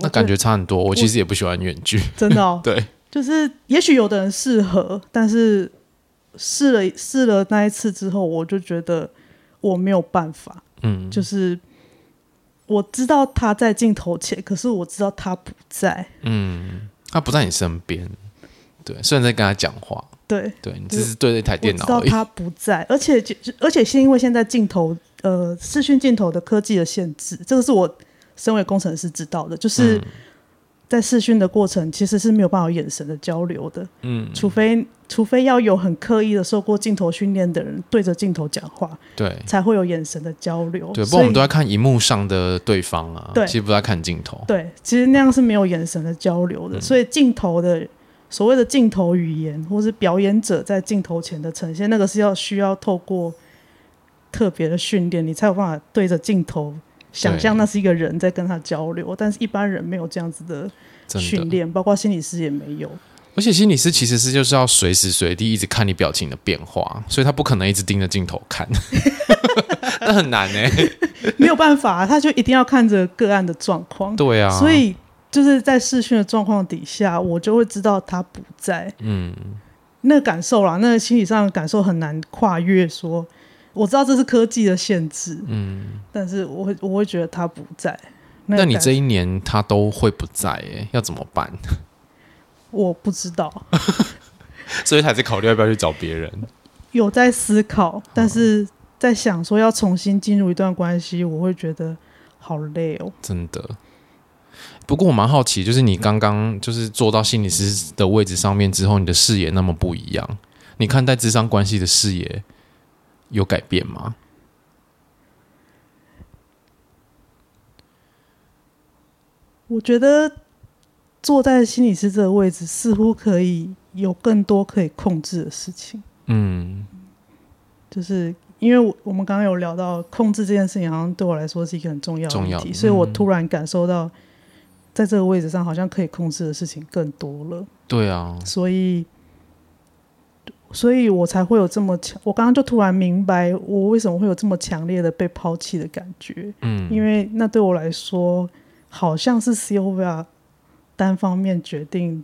Speaker 2: 那感觉差很多。我其实也不喜欢远距，，
Speaker 4: 真的、哦
Speaker 2: 对，
Speaker 4: 就是也许有的人适合，但是试了试了那一次之后，我就觉得我没有办法，
Speaker 2: 嗯，
Speaker 4: 就是我知道他在镜头前，可是我知道他不在。
Speaker 2: 嗯，他不在你身边，对，虽然在跟他讲话，
Speaker 4: 对，
Speaker 2: 对你只是对着一台电脑
Speaker 4: 我
Speaker 2: 而
Speaker 4: 知道
Speaker 2: 已，
Speaker 4: 他不在，而且而且是因为现在镜头呃视讯镜头的科技的限制，这个是我身为工程师知道的，
Speaker 2: 嗯
Speaker 4: 就是在视讯的过程其实是没有办法有眼神的交流的，
Speaker 2: 嗯，
Speaker 4: 除非除非要有很刻意的受过镜头训练的人对着镜头讲话，
Speaker 2: 对
Speaker 4: 才会有眼神的交流。
Speaker 2: 嗯对，不过
Speaker 4: 所
Speaker 2: 我
Speaker 4: 以
Speaker 2: 们都在看荧幕上的对方啊，
Speaker 4: 对
Speaker 2: 其实不在看镜头，
Speaker 4: 对，其实那样是没有眼神的交流的，所以镜头的所谓的镜头语言，或是表演者在镜头前的呈现，那个是要需要透过特别的训练，你才有办法对着镜头想象那是一个人在跟他交流，但是一般人没有这样子的训
Speaker 2: 真的。
Speaker 4: 练，包括心理师也没有。
Speaker 2: 而且心理师其实是就是要随时随地一直看你表情的变化，所以他不可能一直盯着镜头看， 那很难欸呢、
Speaker 4: 没有办法、啊他就一定要看着个案的状况。
Speaker 2: 对啊，
Speaker 4: 所以就是在视讯的状况底下，我就会知道他不在。
Speaker 2: 嗯，
Speaker 4: 那个感受啦，那个心理上的感受很难跨越说我知道这是科技的限制，嗯，但是我会我会觉得他不在。那个
Speaker 2: 那你
Speaker 4: 感
Speaker 2: 这一年他都会不在、欸，要怎么办？
Speaker 4: 我不知道，
Speaker 2: 所以才在考虑要不要去找别人。
Speaker 4: 有在思
Speaker 2: 哦
Speaker 4: 考，但是在想说要重新进入一段关系，我会觉得好累哦。
Speaker 2: 真的。不过我蛮好奇，就是你刚刚就是坐到心理师的位置上面之后，你的视野那么不一样，你看待智商关系的视野有改变吗？
Speaker 4: 我觉得坐在心理师这个位置，似乎可以有更多可以控制的事情。
Speaker 2: 嗯
Speaker 4: 就是因为我我们刚刚有聊到控制这件事情，好像对我来说是一个很重要的
Speaker 2: 重
Speaker 4: 议
Speaker 2: 要
Speaker 4: 题，
Speaker 2: 嗯
Speaker 4: 所以我突然感受到，在这个位置上好像可以控制的事情更多了，
Speaker 2: 对啊，
Speaker 4: 所以，所以我才会有这么强。我刚刚就突然明白，我为什么会有这么强烈的被抛弃的感觉，
Speaker 2: 嗯，
Speaker 4: 因为那对我来说，好像是 Sylvia 单方面决定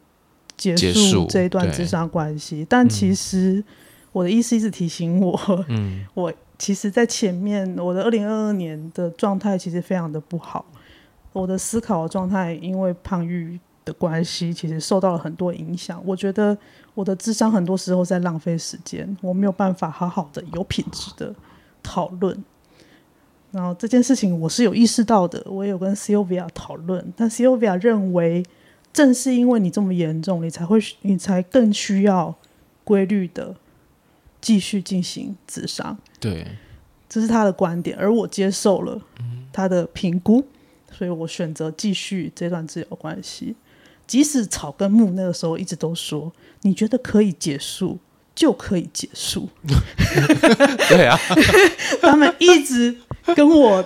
Speaker 4: 结
Speaker 2: 结束
Speaker 4: 束这一段
Speaker 2: 对
Speaker 4: 智商关系，但其实我的医师一直提醒我，
Speaker 2: 嗯
Speaker 4: 我其实，在前面我的二零二二年的状态其实非常的不好，我的思考的状态因为胖玉的关系，其实受到了很多影响。我觉得我的智商很多时候在浪费时间，我没有办法好好的有品质的讨论。然后这件事情我是有意识到的，我也有跟 Sylvia 讨论，但 Sylvia 认为，正是因为你这么严重，你才会你才更需要规律的继续进行智商。
Speaker 2: 对，
Speaker 4: 这是他的观点，而我接受了他的评估，所以我选择继续这段治疗关系。即使草根木那个时候一直都说，你觉得可以结束就可以结束，
Speaker 2: 对啊，
Speaker 4: 他们一直跟我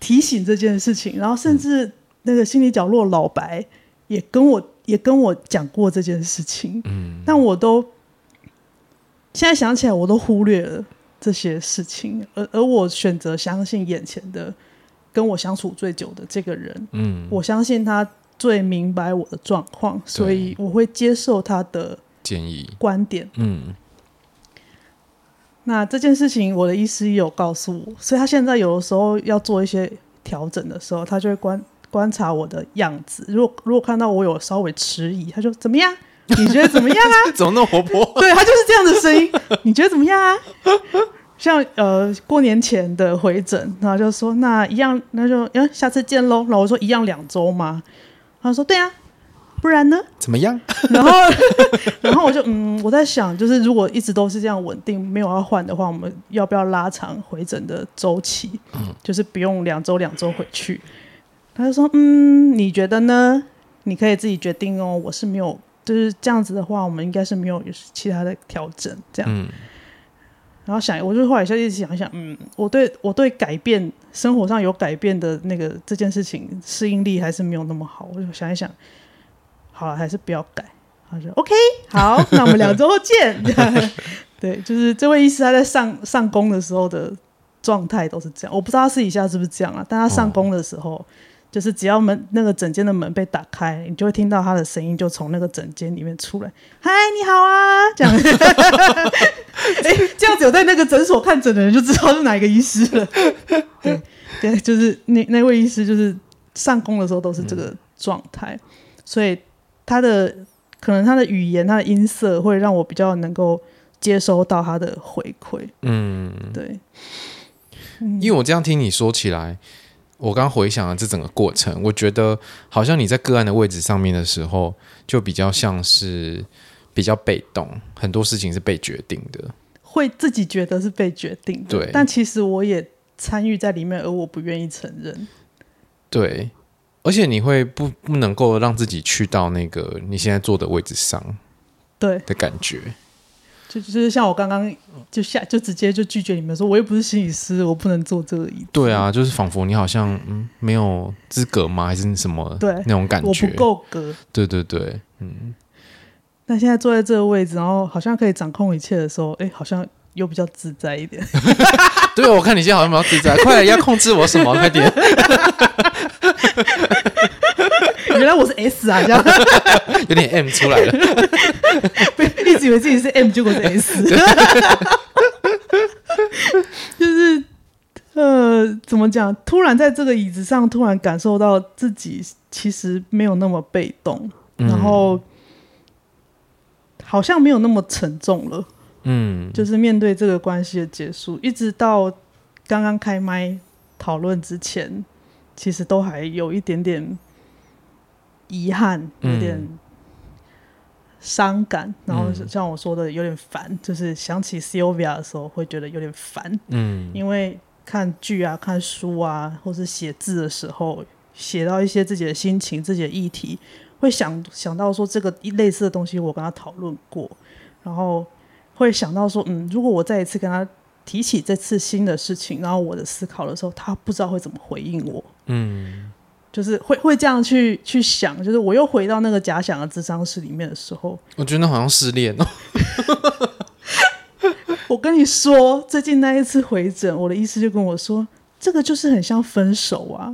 Speaker 4: 提醒这件事情， 然后甚
Speaker 2: 嗯
Speaker 4: 至那个心理角落老白也跟我也跟我讲过这件事情，
Speaker 2: 嗯，
Speaker 4: 但我都现在想起来，我都忽略了这些事情，而而我选择相信眼前的跟我相处最久的这个人，
Speaker 2: 嗯，
Speaker 4: 我相信他最明白我的状况，所以我会接受他的
Speaker 2: 建议，
Speaker 4: 观点。
Speaker 2: 嗯
Speaker 4: 那这件事情，我的医师也有告诉我，所以他现在有的时候要做一些调整的时候，他就会观观察我的样子。如果如果看到我有稍微迟疑，他就怎么样？你觉得怎么样啊？
Speaker 2: 怎么那么活泼？
Speaker 4: 对他就是这样的声音， 你觉得怎么样啊？像呃过年前的回诊，然后就说那一样，那就嗯下次见喽。然后我说一样两周吗？他说对啊，不然呢？
Speaker 2: 怎么样？
Speaker 4: 然后然后我就嗯我在想，就是如果一直都是这样稳定，没有要换的话，我们要不要拉长回诊的周期？就是不用两周两周回去。他就说嗯你觉得呢？你可以自己决定哦。我是没有，就是这样子的话，我们应该是没有其他的调整这样。
Speaker 2: 嗯
Speaker 4: 然后想，我就后来就一直想一想，嗯，我对我对改变生活上有改变的那个这件事情适应力还是没有那么好，我就想一想，好了，还是不要改。他说 OK，好，那我们两周后见。这样对，就是这位医师他在上上工的时候的状态都是这样，我不知道他私底下是不是这样啊，但他上工的时候，就是只要门那个诊间的门被打开，你就会听到他的声音就从那个诊间里面出来，嗨，你好啊，这样。 哎、这样子有在那个诊所看诊的人就知道是哪一个医师了。对，对，就是那那位医师就是上工的时候都是这个状态，所以他的可能他的语言、他的音色会让我比较能够接收到他的回馈。
Speaker 2: 嗯，
Speaker 4: 对，
Speaker 2: 因为我这样听你说起来，我刚回想了这整个过程，我觉得好像你在个案的位置上面的时候，就比较像是比较被动，很多事情是被决定的。
Speaker 4: 会自己觉得是被决定的，
Speaker 2: 对
Speaker 4: 但其实我也参与在里面，而我不愿意承认。
Speaker 2: 对，而且你会不不能够让自己去到那个你现在坐的位置上
Speaker 4: 对，
Speaker 2: 的感觉。
Speaker 4: 就就是像我刚刚就下就直接就拒绝你们说，我又不是心理师，我不能做这个椅子。
Speaker 2: 对啊，就是仿佛你好像嗯没有资格吗？还是什么？
Speaker 4: 对
Speaker 2: 那种感
Speaker 4: 我不
Speaker 2: 觉。
Speaker 4: 够格。
Speaker 2: 对对对，
Speaker 4: 但现在坐在这个位置，然后好像可以掌控一切的时候，哎，好像又比较自在一点。
Speaker 2: 对，我看你现在好像蛮自在， 快点要控制我什么？快点！
Speaker 4: 原来我是 S 啊，这样
Speaker 2: 有 点 M 出来了。
Speaker 4: 一直以为自己是 M，结果是 S。就是呃，怎么讲？突然在这个椅子上，突然感受到自己其实没有那么被动，
Speaker 2: 嗯
Speaker 4: 然后好像没有那么沉重了。
Speaker 2: 嗯，
Speaker 4: 就是面对这个关系的结束，一直到刚刚开麦讨论之前，其实都还有一点点遗憾，
Speaker 2: 嗯
Speaker 4: 有点伤感，然后
Speaker 2: 嗯
Speaker 4: 像我说的有点烦，就是想起 Sylvia 的时候会觉得有点烦，
Speaker 2: 嗯
Speaker 4: 因为看剧啊、看书啊，或是写字的时候，写到一些自己的心情、自己的议题，会想想到说这个类似的东西我跟他讨论过，然后会想到说，嗯，如果我再一次跟他提起这次新的事情，然后我的思考的时候，他不知道会怎么回应我。
Speaker 2: 嗯
Speaker 4: 就是会会这样去去想，就是我又回到那个假想的智商室里面的时候，
Speaker 2: 我觉得好像失恋哦。
Speaker 4: 我跟你说，最近那一次回诊，我的医师就跟我说，这个就是很像分手啊。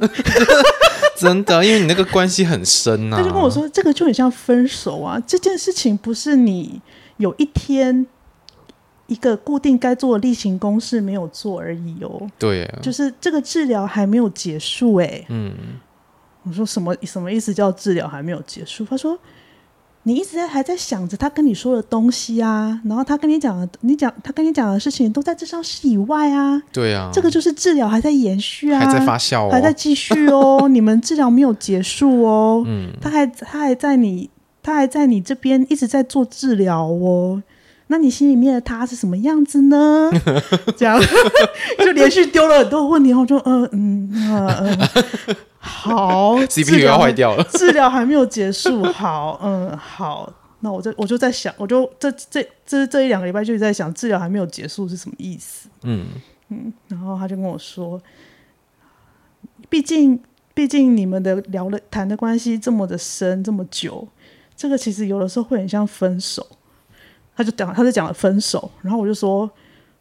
Speaker 2: 真的，因为你那个关系很深啊呐、
Speaker 4: 他就跟我，说，这个就很像分手啊，这件事情不是你有一天一个固定该做的例行公事没有做而已哦，
Speaker 2: 对，啊
Speaker 4: 就是这个治疗还没有结束哎、
Speaker 2: 嗯
Speaker 4: 我说什么什么意思叫治疗还没有结束？他说你一直在还在想着他跟你说的东西啊，然后他跟你讲的，你讲他跟你讲的事情都在智商室以外啊，
Speaker 2: 对啊，
Speaker 4: 这个就是治疗还在延续啊，
Speaker 2: 还在发酵哦，
Speaker 4: 还在继续哦，你们治疗没有结束哦，
Speaker 2: 嗯
Speaker 4: 他还他还在你他还在你这边一直在做治疗哦。那你心里面的他是什么样子 呢？这样就连续丢了很多问题，然后就呃嗯呃呃， 好治
Speaker 2: ，CPU
Speaker 4: 疗
Speaker 2: 要
Speaker 4: 还
Speaker 2: 坏掉了。
Speaker 4: 治疗还没有结束，好， 嗯，好，那我就我就在想，我就这这这这一两个礼拜就一直在想，治疗还没有结束是什么意思？
Speaker 2: 嗯
Speaker 4: 然后他就跟我说，毕竟毕竟你们的聊了谈的关系这么的深这么久，这个其实有的时候会很像分手。他就讲，他就讲了分手，然后我就说，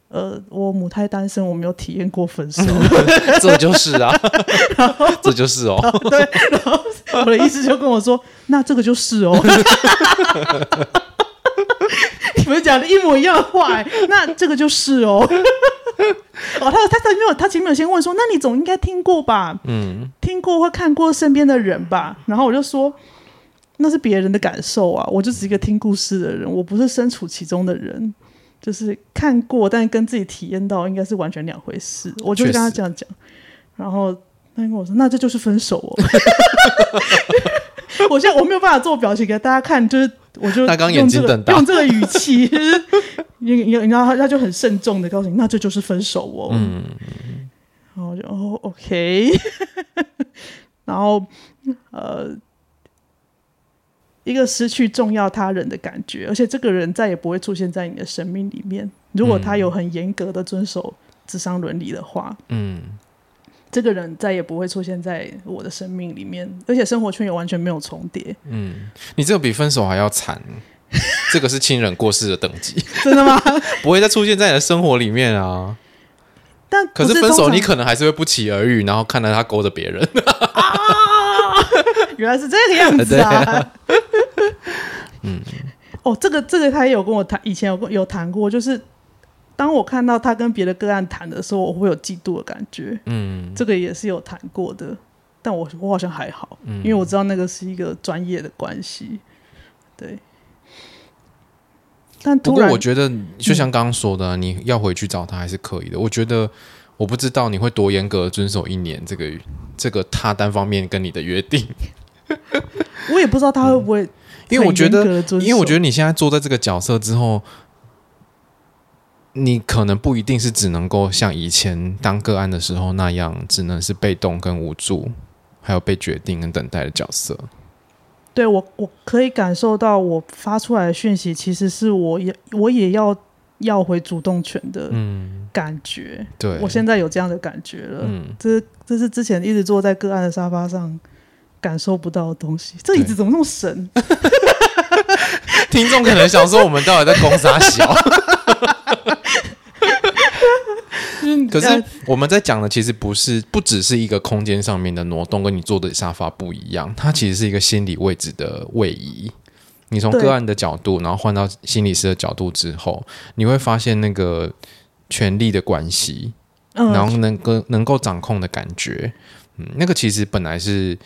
Speaker 4: 呃，我母胎单身，我没有体验过分手。
Speaker 2: 这就是啊， 这就是哦，
Speaker 4: 对，然后我的意思就跟我说，那这个就是哦。 你们讲的一模一样的话、欸，那这个就是哦。哦，他他他没有，他前面有先问说，那你总应该听过吧？
Speaker 2: 嗯
Speaker 4: 听过或看过身边的人吧？然后我就说，那是别人的感受啊，我就只是一个听故事的人，我不是身处其中的人。就是看过，但跟自己体验到应该是完全两回事。我就跟他
Speaker 2: 确实
Speaker 4: 这样讲，然后他跟我说：“那这就是分手哦。” 我现在我没有办法做表情给大家看，就是我就
Speaker 2: 他刚
Speaker 4: 用
Speaker 2: 眼
Speaker 4: 这
Speaker 2: 睛
Speaker 4: 个
Speaker 2: 瞪大
Speaker 4: 用这个语气，就是你你然后他就很慎重的告诉你：“那这就是分手哦。”
Speaker 2: 嗯
Speaker 4: 然后我就哦，OK，然后呃，一个失去重要他人的感觉，而且这个人再也不会出现在你的生命里面。如果他有很严格的遵守智商伦理的话，
Speaker 2: 嗯，
Speaker 4: 这个人再也不会出现在我的生命里面，而且生活圈也完全没有重叠。
Speaker 2: 你这个比分手还要惨，这个是亲人过世的等级，
Speaker 4: 真的吗？
Speaker 2: 不会再出现在你的生活里面啊。
Speaker 4: 但
Speaker 2: 可
Speaker 4: 不
Speaker 2: 是
Speaker 4: 是
Speaker 2: 分
Speaker 4: 通
Speaker 2: 手，
Speaker 4: 常
Speaker 2: 你可能还是会不期而遇，然后看到他勾着别人。
Speaker 4: 原来是这个样子 啊。嗯， 哦，这个这个他也有跟我谈，以前有跟有谈过，就是当我看到他跟别的个案谈的时候，我会有嫉妒的感觉。
Speaker 2: 嗯
Speaker 4: 这个也是有谈过的，但我我好像还好，
Speaker 2: 嗯
Speaker 4: 因为我知道那个是一个专业的关系，对。但
Speaker 2: 不
Speaker 4: 突
Speaker 2: 过
Speaker 4: 然
Speaker 2: 我觉得，嗯就像刚刚说的啊、你要回去找他还是可以的。我觉得，我不知道你会多严格地遵守一年这个这个他单方面跟你的约定，
Speaker 4: 我也不知道他会不
Speaker 2: 嗯
Speaker 4: 会、
Speaker 2: 因为我觉得，，因为我觉
Speaker 4: 得，
Speaker 2: 得你现在坐在这个角色之后，你可能不一定是只能够像以前当个案的时候那样，只能是被动跟无助，还有被决定跟等待的角色。
Speaker 4: 对我我可以感受到，我发出来的讯息其实是我也我也要要回主动权的
Speaker 2: 嗯，
Speaker 4: 感觉。
Speaker 2: 对，
Speaker 4: 我现在有这样的感觉了，
Speaker 2: 嗯，
Speaker 4: 这这是之前一直坐在个案的沙发上感受不到的东西。这椅子
Speaker 2: 对
Speaker 4: 怎么那么神？
Speaker 2: 听众可能想说我们到底在攻啥小？可是我们在讲的其实不是，不只是一个空间上面的挪动，跟你坐的沙发不一样，它其实是一个心理位置的位移。你从
Speaker 4: 对
Speaker 2: 个案的角度，然后换到心理师的角度之后，你会发现那个权力的关系，
Speaker 4: 嗯，
Speaker 2: 然后能够能够掌控的感觉，嗯，那个其实本来是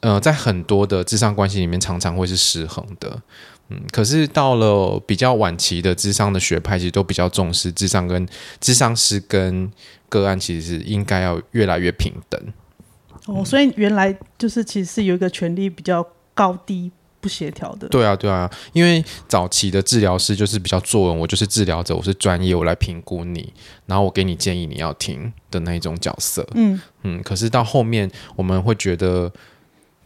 Speaker 2: 呃，在很多的智商关系里面常常会是失衡的，嗯，可是到了比较晚期的智商的学派，其实都比较重视智商跟智商师跟个案，其实是应该要越来越平等，
Speaker 4: 哦，所以原来就是其实是有一个权力比较高低不协调的。
Speaker 2: 对啊，对啊，因为早期的治疗师就是比较作文，我就是治疗者，我是专业，我来评估你，然后我给你建议，你要听的那一种角色。
Speaker 4: 嗯
Speaker 2: 嗯，可是到后面我们会觉得，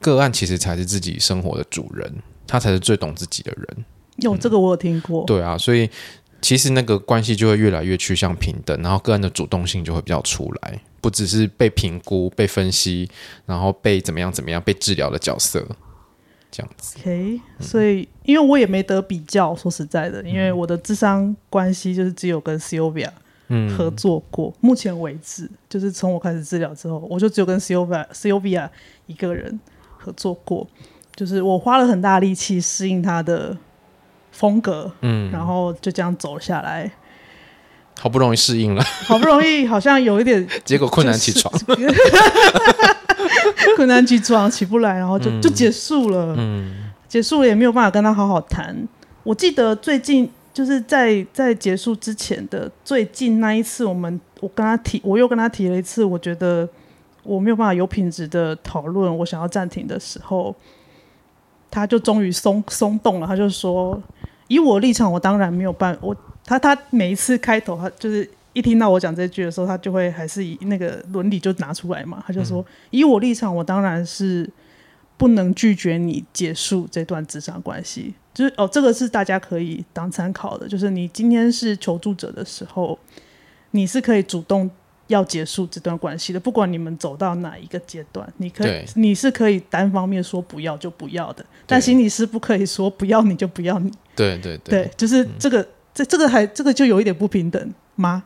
Speaker 2: 个案其实才是自己生活的主人，他才是最懂自己的人。
Speaker 4: 有、这个我有听过。
Speaker 2: 对啊，所以其实那个关系就会越来越趋向平等，然后个案的主动性就会比较出来，不只是被评估、被分析，然后被怎么样怎么样被治疗的角色。这样子，
Speaker 4: OK，所
Speaker 2: 嗯
Speaker 4: 以因为我也没得比较，说实在的，因为我的智商关系就是只有跟 Sylvia
Speaker 2: 嗯，
Speaker 4: 合作过，目前为止就是从我开始治疗之后，我就只有跟 Sylvia Sylvia 一个人合作过，就是我花了很大力气适应她的风格，
Speaker 2: 嗯，
Speaker 4: 然后就这样走下来，
Speaker 2: 好不容易适应了，
Speaker 4: 好不容易好像有一点
Speaker 2: 结果困难起 床。
Speaker 4: 嗯困难起床起不来，然后就、就结束了。
Speaker 2: 嗯
Speaker 4: 结束了也没有办法跟他好好谈。我记得最近就是在在结束之前的最近那一次，我们我跟他提，我又跟他提了一次，我觉得我没有办法有品质的讨论，我想要暂停的时候，他就终于松松动了，他就说：“以我立场，我当然没有办我他他每一次开头，他就是一听到我讲这句的时候，他就会还是以那个伦理就拿出来嘛，他就说：以我立场，我当然是不能拒绝你结束这段职场关系。就是哦，这个是大家可以当参考的，就是你今天是求助者的时候，你是可以主动要结束这段关系的，不管你们走到哪一个阶段，你可以
Speaker 2: 对
Speaker 4: 你是可以单方面说不要就不要的，但心理师不可以说不要你就不要你。
Speaker 2: 对对嗯
Speaker 4: 对，就是这个，这这个还这个就有一点不平等吗？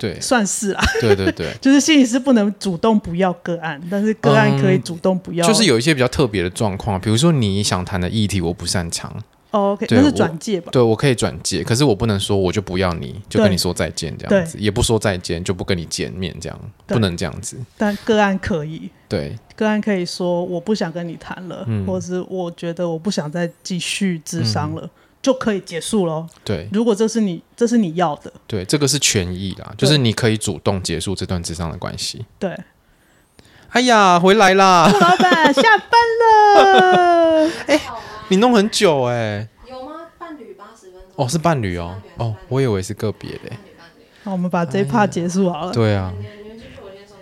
Speaker 2: 对
Speaker 4: 算是啦，
Speaker 2: 对对对，
Speaker 4: 就是心理师不能主动不要个案，但是个案可以主动 不要，
Speaker 2: 嗯就是有一些比较特别的状况，比如说你想谈的议题我不擅长，
Speaker 4: 哦 OK，
Speaker 2: 对
Speaker 4: 那是转介吧？
Speaker 2: 对我可以转介，可是我不能说我就不要你，就跟你说再见这样子，也不说再见就不跟你见面这样，
Speaker 4: 对
Speaker 2: 不能这样子。
Speaker 4: 但个案可以，
Speaker 2: 对
Speaker 4: 个案可以说我不想跟你谈了，
Speaker 2: 嗯
Speaker 4: 或者是我觉得我不想再继续智商了，就可以结束喽。
Speaker 2: 对
Speaker 4: 如果这是你这是你要的，
Speaker 2: 对，这个是权益啦，就是你可以主动结束这段智商的关系。
Speaker 4: 对，
Speaker 2: 哎呀，回来啦！
Speaker 4: 老板下班了，
Speaker 2: 你弄很久哎、
Speaker 3: 有吗？伴侣八十分钟。
Speaker 2: 哦，是伴侣哦，哦，我以为是个别的、
Speaker 3: 伴侣伴侣。
Speaker 4: 好，我们把这一 part 结束好了。
Speaker 2: 哎对啊，
Speaker 3: 你们你们继续，我先收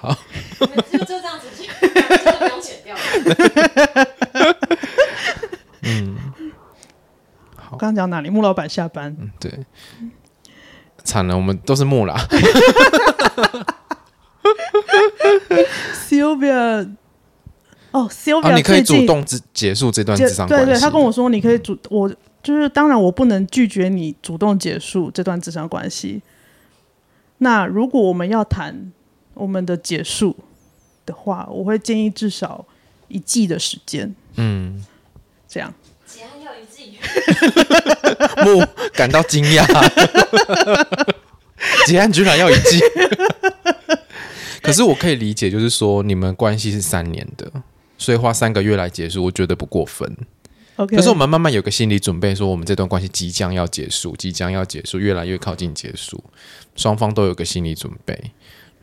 Speaker 3: 工。你们继续。你们 就就这样子去，这个不用剪掉。
Speaker 4: 到哪里？穆老板下班，
Speaker 2: 嗯对，惨了，我们都是木啦。
Speaker 4: Sylvia，哦，Sylvia，、
Speaker 2: 啊，你可以主动之结束这段智商关
Speaker 4: 对对，
Speaker 2: 系。
Speaker 4: 他跟我说你可以主我就是当然我不能拒绝你主动结束这段智商关系。那如果我们要谈我们的结束的话，我会建议至少一季的时间，
Speaker 2: 嗯，
Speaker 4: 这样
Speaker 3: 结案要一季，
Speaker 2: 木感到惊讶， 结案居然要一季。 可是我可以理解，就是说你们关系是三年的，所以花三个月来结束，我觉得不过分。
Speaker 4: OK。
Speaker 2: 可是我们慢慢有个心理准备，说我们这段关系即将要结束，即将要结束，越来越靠近结束，双方都有个心理准备。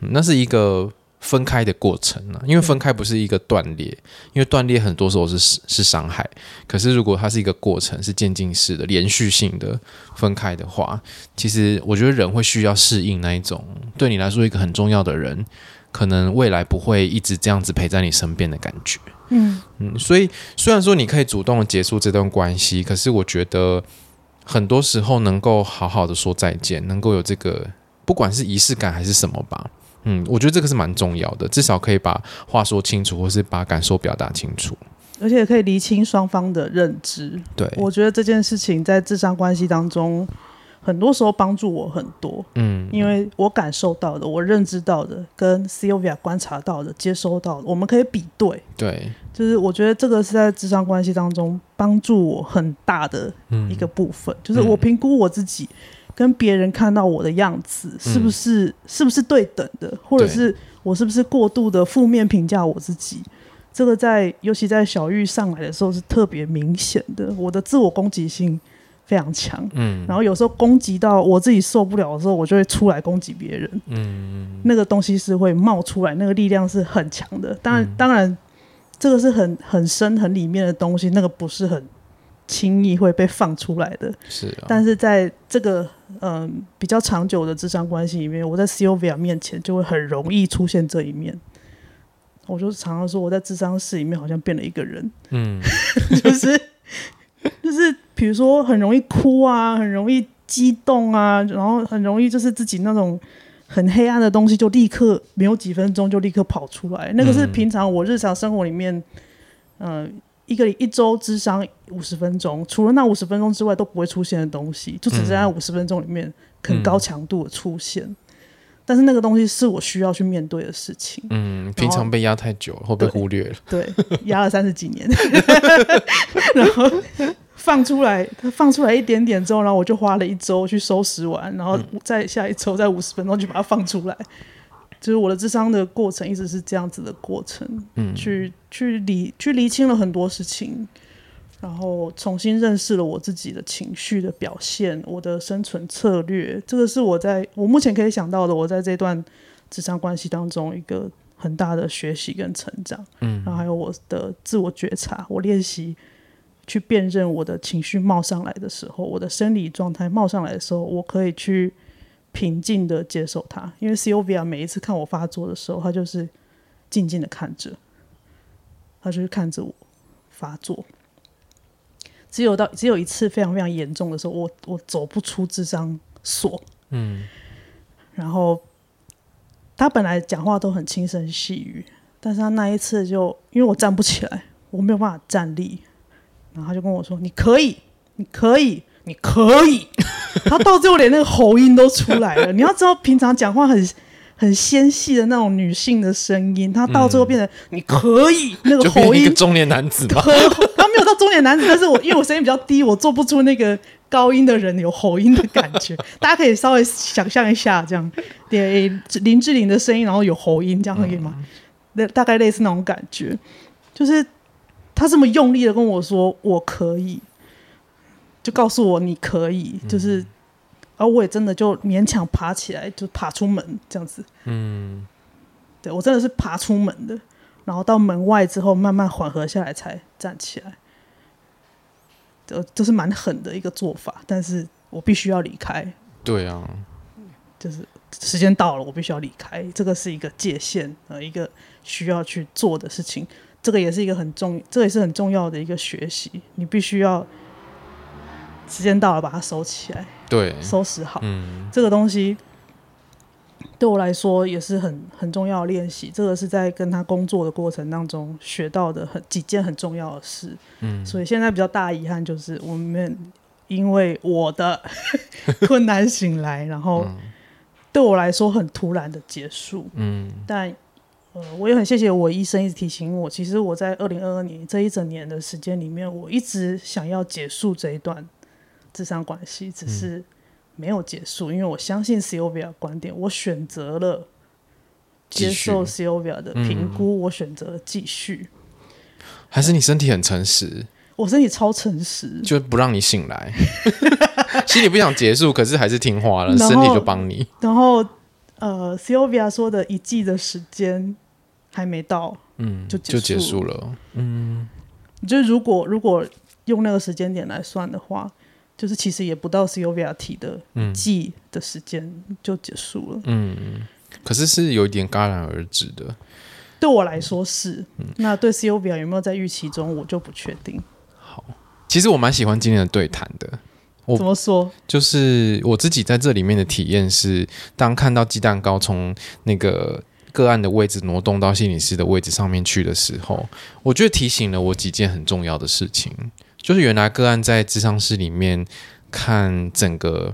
Speaker 2: 嗯那是一个分开的过程啊，因为分开不是一个断裂，因为断裂很多时候是是伤害。可是如果它是一个过程，是渐进式的、连续性的分开的话，其实我觉得人会需要适应那一种对你来说一个很重要的人，可能未来不会一直这样子陪在你身边的感觉。
Speaker 4: 嗯
Speaker 2: 嗯，所以虽然说你可以主动地结束这段关系，可是我觉得很多时候能够好好的说再见，能够有这个不管是仪式感还是什么吧，嗯，我觉得这个是蛮重要的，至少可以把话说清楚，或是把感受表达清楚。
Speaker 4: 而且可以厘清双方的认知。
Speaker 2: 对，
Speaker 4: 我觉得这件事情在智商关系当中，很多时候帮助我很多，
Speaker 2: 嗯，
Speaker 4: 因为我感受到的、我认知到的、跟 Sylvia 观察到的、接收到的，我们可以比对。
Speaker 2: 对，
Speaker 4: 就是我觉得这个是在智商关系当中帮助我很大的
Speaker 2: 嗯
Speaker 4: 一个部分，就是我评估我自己跟别人看到我的样子是不是、是不是对等的，或者
Speaker 2: 嗯对
Speaker 4: 是我是不是过度的负面评价我自己。这个在尤其在小玉上来的时候是特别明显的，我的自我攻击性非常强，
Speaker 2: 嗯
Speaker 4: 然后有时候攻击到我自己受不了的时候，我就会出来攻击别人。
Speaker 2: 嗯，
Speaker 4: 那个东西是会冒出来，那个力量是很强的。当然，当然，这个是很很深、很里面的东西，那个不是很轻易会被放出来的。
Speaker 2: 是啊，
Speaker 4: 但是在这个嗯、比较长久的智商关系里面，我在 Sylvia 面前就会很容易出现这一面。我就常常说，我在智商室里面好像变了一个人，
Speaker 2: 嗯
Speaker 4: 就是就是，比如说很容易哭啊，很容易激动啊，然后很容易就是自己那种很黑暗的东西，就立刻没有几分钟就立刻跑出来。那个是
Speaker 2: 嗯
Speaker 4: 平常我日常生活里面，呃，一个一周智商五十分钟，除了那五十分钟之外都不会出现的东西，就只是在五十分钟里面很高强度的出现。但是那个东西是我需要去面对的事情，
Speaker 2: 嗯，平常被压太久了，会被
Speaker 4: 对
Speaker 2: 忽略了。
Speaker 4: 对，压了三十几年， 然后放出来，它放出来一点点之后，然后我就花了一周去收拾完，然后再下一周再五十分钟就把它放出来。就是我的智商的过程一直是这样子的过程，
Speaker 2: 嗯
Speaker 4: 去去理去厘清了很多事情，然后重新认识了我自己的情绪的表现，我的生存策略，这个是我在我目前可以想到的，我在这段职场关系当中一个很大的学习跟成长，嗯，然后还有我的自我觉察，我练习去辨认我的情绪冒上来的时候，我的生理状态冒上来的时候，我可以去平静的接受它，因为 Sylvia 每一次看我发作的时候，她就是静静的看着，她就是看着我发作。只有到只有一次非常非常严重的时候，我我走不出智商所，
Speaker 2: 嗯
Speaker 4: 然后他本来讲话都很轻声细语，但是他那一次就因为我站不起来，我没有办法站立，然后他就跟我说：“你可以，你可以，你可 以。”他到最后连那个喉音都出来了。你要知道，平常讲话很。很纤细的那种女性的声音，她到最后变成“你可以”那个
Speaker 2: 嗯就
Speaker 4: 喉
Speaker 2: 变一
Speaker 4: 音
Speaker 2: 个中年男子吧。
Speaker 4: 和他没有到中年男子，但是我因为我声音比较低，我做不出那个高音的人有吼音的感觉。大家可以稍微想象一下，这样对林志玲的声音，然后有吼音，这样可以
Speaker 2: 嗯
Speaker 4: 吗？那、大概类似那种感觉，就是他这么用力的跟我说我可以，就告诉我你可以，就是，
Speaker 2: 嗯
Speaker 4: 而我也真的就勉强爬起来，就爬出门这样子。
Speaker 2: 嗯
Speaker 4: 对我真的是爬出门的，然后到门外之后慢慢缓和下来才站起来，呃，这是蛮狠的一个做法，但是我必须要离开，
Speaker 2: 对啊，
Speaker 4: 就是时间到了，我必须要离开，这个是一个界限，呃，一个需要去做的事情，这个也是一个很重，这个也是很重要的一个学习，你必须要时间到了把它收起来，
Speaker 2: 对，
Speaker 4: 收拾好。
Speaker 2: 嗯，
Speaker 4: 这个东西对我来说也是很很重要的练习。这个是在跟他工作的过程当中学到的很几件很重要的事。嗯，所以现在比较大遗憾就是我们因为我的困难醒来，然后对我来说很突然的结束。
Speaker 2: 嗯，
Speaker 4: 但呃，我也很谢谢我医生一直提醒我，其实我在二零二二年这一整年的时间里面，我一直想要结束这一段智商关系，只是没有结束，因为我相信 Sylvia 的观点，我选择了接
Speaker 2: 继续
Speaker 4: 受 Sylvia 的评估，我选择了继续。
Speaker 2: 还是你身体很诚实，
Speaker 4: 我身体超诚实，
Speaker 2: 就不让你醒来， 心里不想结束，可是还是听话了，
Speaker 4: 然
Speaker 2: 身
Speaker 4: 后
Speaker 2: 体就帮你。
Speaker 4: 然后呃，Sylvia 说的一季的时间还没到，
Speaker 2: 嗯，
Speaker 4: 就
Speaker 2: 就
Speaker 4: 结
Speaker 2: 结
Speaker 4: 束
Speaker 2: 束了。
Speaker 4: 就是如果如果用那个时间点来算的话，就是其实也不到 Sylvia 提的
Speaker 2: 嗯
Speaker 4: 季的时间就结束了。
Speaker 2: 嗯，可是是有一点戛然而止的。
Speaker 4: 对我来说是，那对 Sylvia 有没有在预期中，我就不确定。
Speaker 2: 其实我蛮喜欢今天的对谈的，我
Speaker 4: 怎么说？
Speaker 2: 就是我自己在这里面的体验是，当看到鸡蛋糕从那个个案的位置挪动到心理师的位置上面去的时候，我觉得提醒了我几件很重要的事情，就是原来个案在智商室里面看整个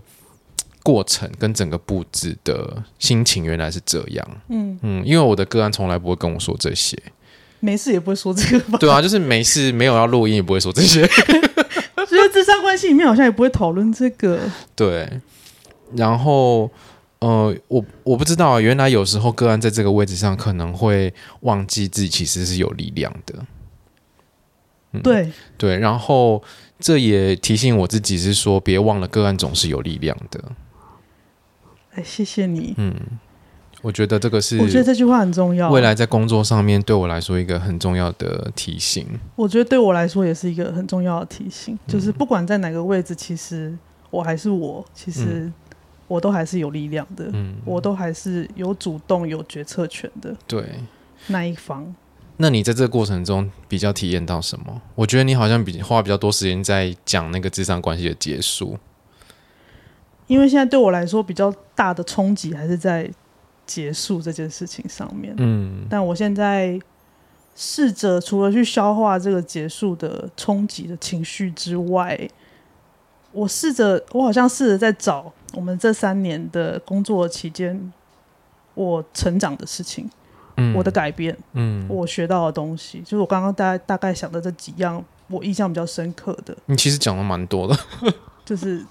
Speaker 2: 嘖过程跟整个布置的心情原来是这样，嗯嗯，因为我的个案从来不会跟我说这些，
Speaker 4: 没事也不会说这个吧？
Speaker 2: 对啊，就是没事没有要录音也不会说这些，
Speaker 4: 觉得智商关系里面好像也不会讨论这个。
Speaker 2: 嗯对，然后呃，我我不知道啊，原来有时候个案在这个位置上可能会忘记自己其实是有力量的，嗯
Speaker 4: 对，
Speaker 2: 对，然后这也提醒我自己是说，别忘了个案总是有力量的。
Speaker 4: 哎，谢谢你。
Speaker 2: 我觉得这个是
Speaker 4: 我觉得这句话很重要。
Speaker 2: 未，来在工作上面对我来说一个很重要的提醒。
Speaker 4: 我觉得对我来说也是一个很重要的提醒，
Speaker 2: 嗯
Speaker 4: 就是不管在哪个位置，其实我还是我，其实我都还是有力量的。
Speaker 2: 嗯，
Speaker 4: 我都还是有主动、有决策权的
Speaker 2: 对。
Speaker 4: 那一方。
Speaker 2: 那你在这个过程中比较体验到什么？我觉得你好像比花比较多时间在讲那个智商关系的结束。
Speaker 4: 因为现在对我来说比较大的冲击还是在结束这件事情上面，
Speaker 2: 嗯
Speaker 4: 但我现在试着除了去消化这个结束的冲击的情绪之外，我试着，我好像试着在找我们这三年的工作期间我成长的事情，
Speaker 2: 嗯
Speaker 4: 我的改变。
Speaker 2: 嗯，
Speaker 4: 我学到的东西，就是我刚刚大大概想的这几样，我印象比较深刻的，
Speaker 2: 你其实讲的蛮多的。
Speaker 4: 就是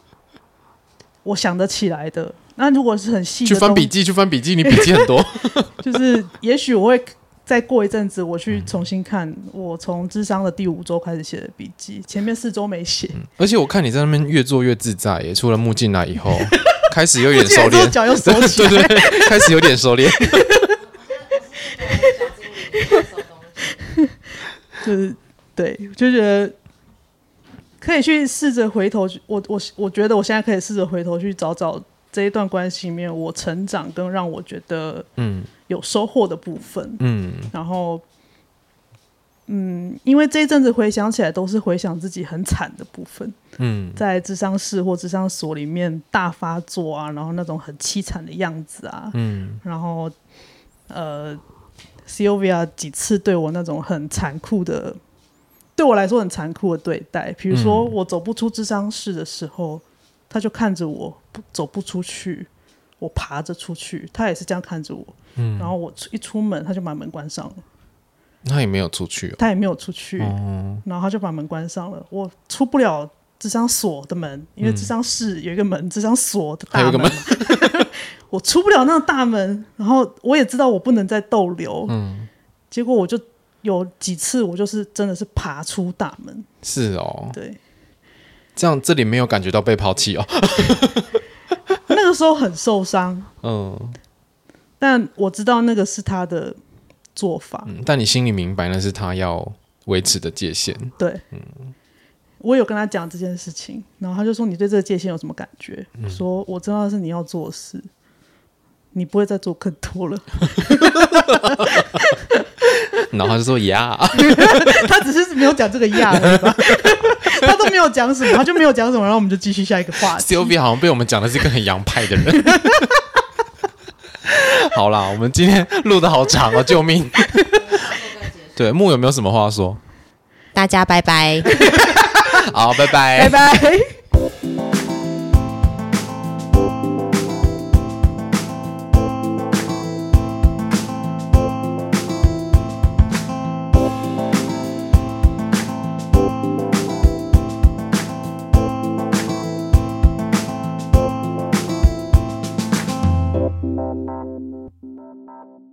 Speaker 4: 我想得起来的。那如果是很细的
Speaker 2: 去翻
Speaker 4: 东
Speaker 2: 笔
Speaker 4: 西，
Speaker 2: 记，去翻笔记，你笔记很多。
Speaker 4: 就是也许我会再过一阵子，我去重新看我从智商的第五周开始写的笔记，前面四周没写，
Speaker 2: 而且我看你在那边越做越自在耶，除了木进来以 后，开始有
Speaker 4: 我
Speaker 2: 点收
Speaker 4: 之后
Speaker 2: 敛，
Speaker 4: 脚又收起
Speaker 2: 对
Speaker 4: 来。
Speaker 2: 对对，开始有点 收敛。
Speaker 3: 小精灵这种东西，
Speaker 4: 就是对，就觉得可以去试着回头去，我我我觉得我现在可以试着回头去找找这一段关系里面我成长跟让我觉得
Speaker 2: 嗯
Speaker 4: 有收获的部分，
Speaker 2: 嗯
Speaker 4: 然后。嗯，因为这一阵子回想起来，都是回想自己很惨的部分，
Speaker 2: 嗯
Speaker 4: 在智商室或智商所里面大发作啊，然后那种很凄惨的样子啊，
Speaker 2: 嗯
Speaker 4: 然后呃，Sylvia 几次对我那种很残酷的，对我来说很残酷的对待，比如说
Speaker 2: 嗯
Speaker 4: 我走不出智商室的时候，他就看着我不走不出去，我爬着出去，他也是这样看着我，
Speaker 2: 嗯，
Speaker 4: 然后我出一出门，他就把门关上了，
Speaker 2: 他也没有出去哦。
Speaker 4: 他也没有出去，
Speaker 2: 哦，
Speaker 4: 然后他就把门关上了，我出不了。智商所的门，因为智商室有一个门，智商所的
Speaker 2: 嗯还有
Speaker 4: 大
Speaker 2: 一个
Speaker 4: 门， 我出不了那个大门，然后我也知道我不能再逗留，
Speaker 2: 嗯，
Speaker 4: 结果我就有几次，我就是真的是爬出大门，
Speaker 2: 是哦，
Speaker 4: 对，
Speaker 2: 这样这里没有感觉到被抛弃哦。
Speaker 4: 那个时候很受伤，
Speaker 2: 嗯
Speaker 4: 但我知道那个是他的做法，
Speaker 2: 嗯，但你心里明白那是他要维持的界 限。
Speaker 4: 对，我有跟他讲这件事情，然后他就说你对这个界限有什么感觉？我说我知道是你要做的事，你不会再做更多了。
Speaker 2: 然后他就说呀，
Speaker 4: 他只是没有讲这个样而已吧， 他都没有讲什么，他就没有讲什么，然后我们就继续下一个话题。
Speaker 2: Sylvia 好像被我们讲的是一个很洋派的人。 好啦，我们今天录的好长哦，救 命！对，木有没有什么话说？
Speaker 5: 大家拜拜。
Speaker 2: 好，拜
Speaker 4: 拜
Speaker 2: 拜，
Speaker 4: 拜。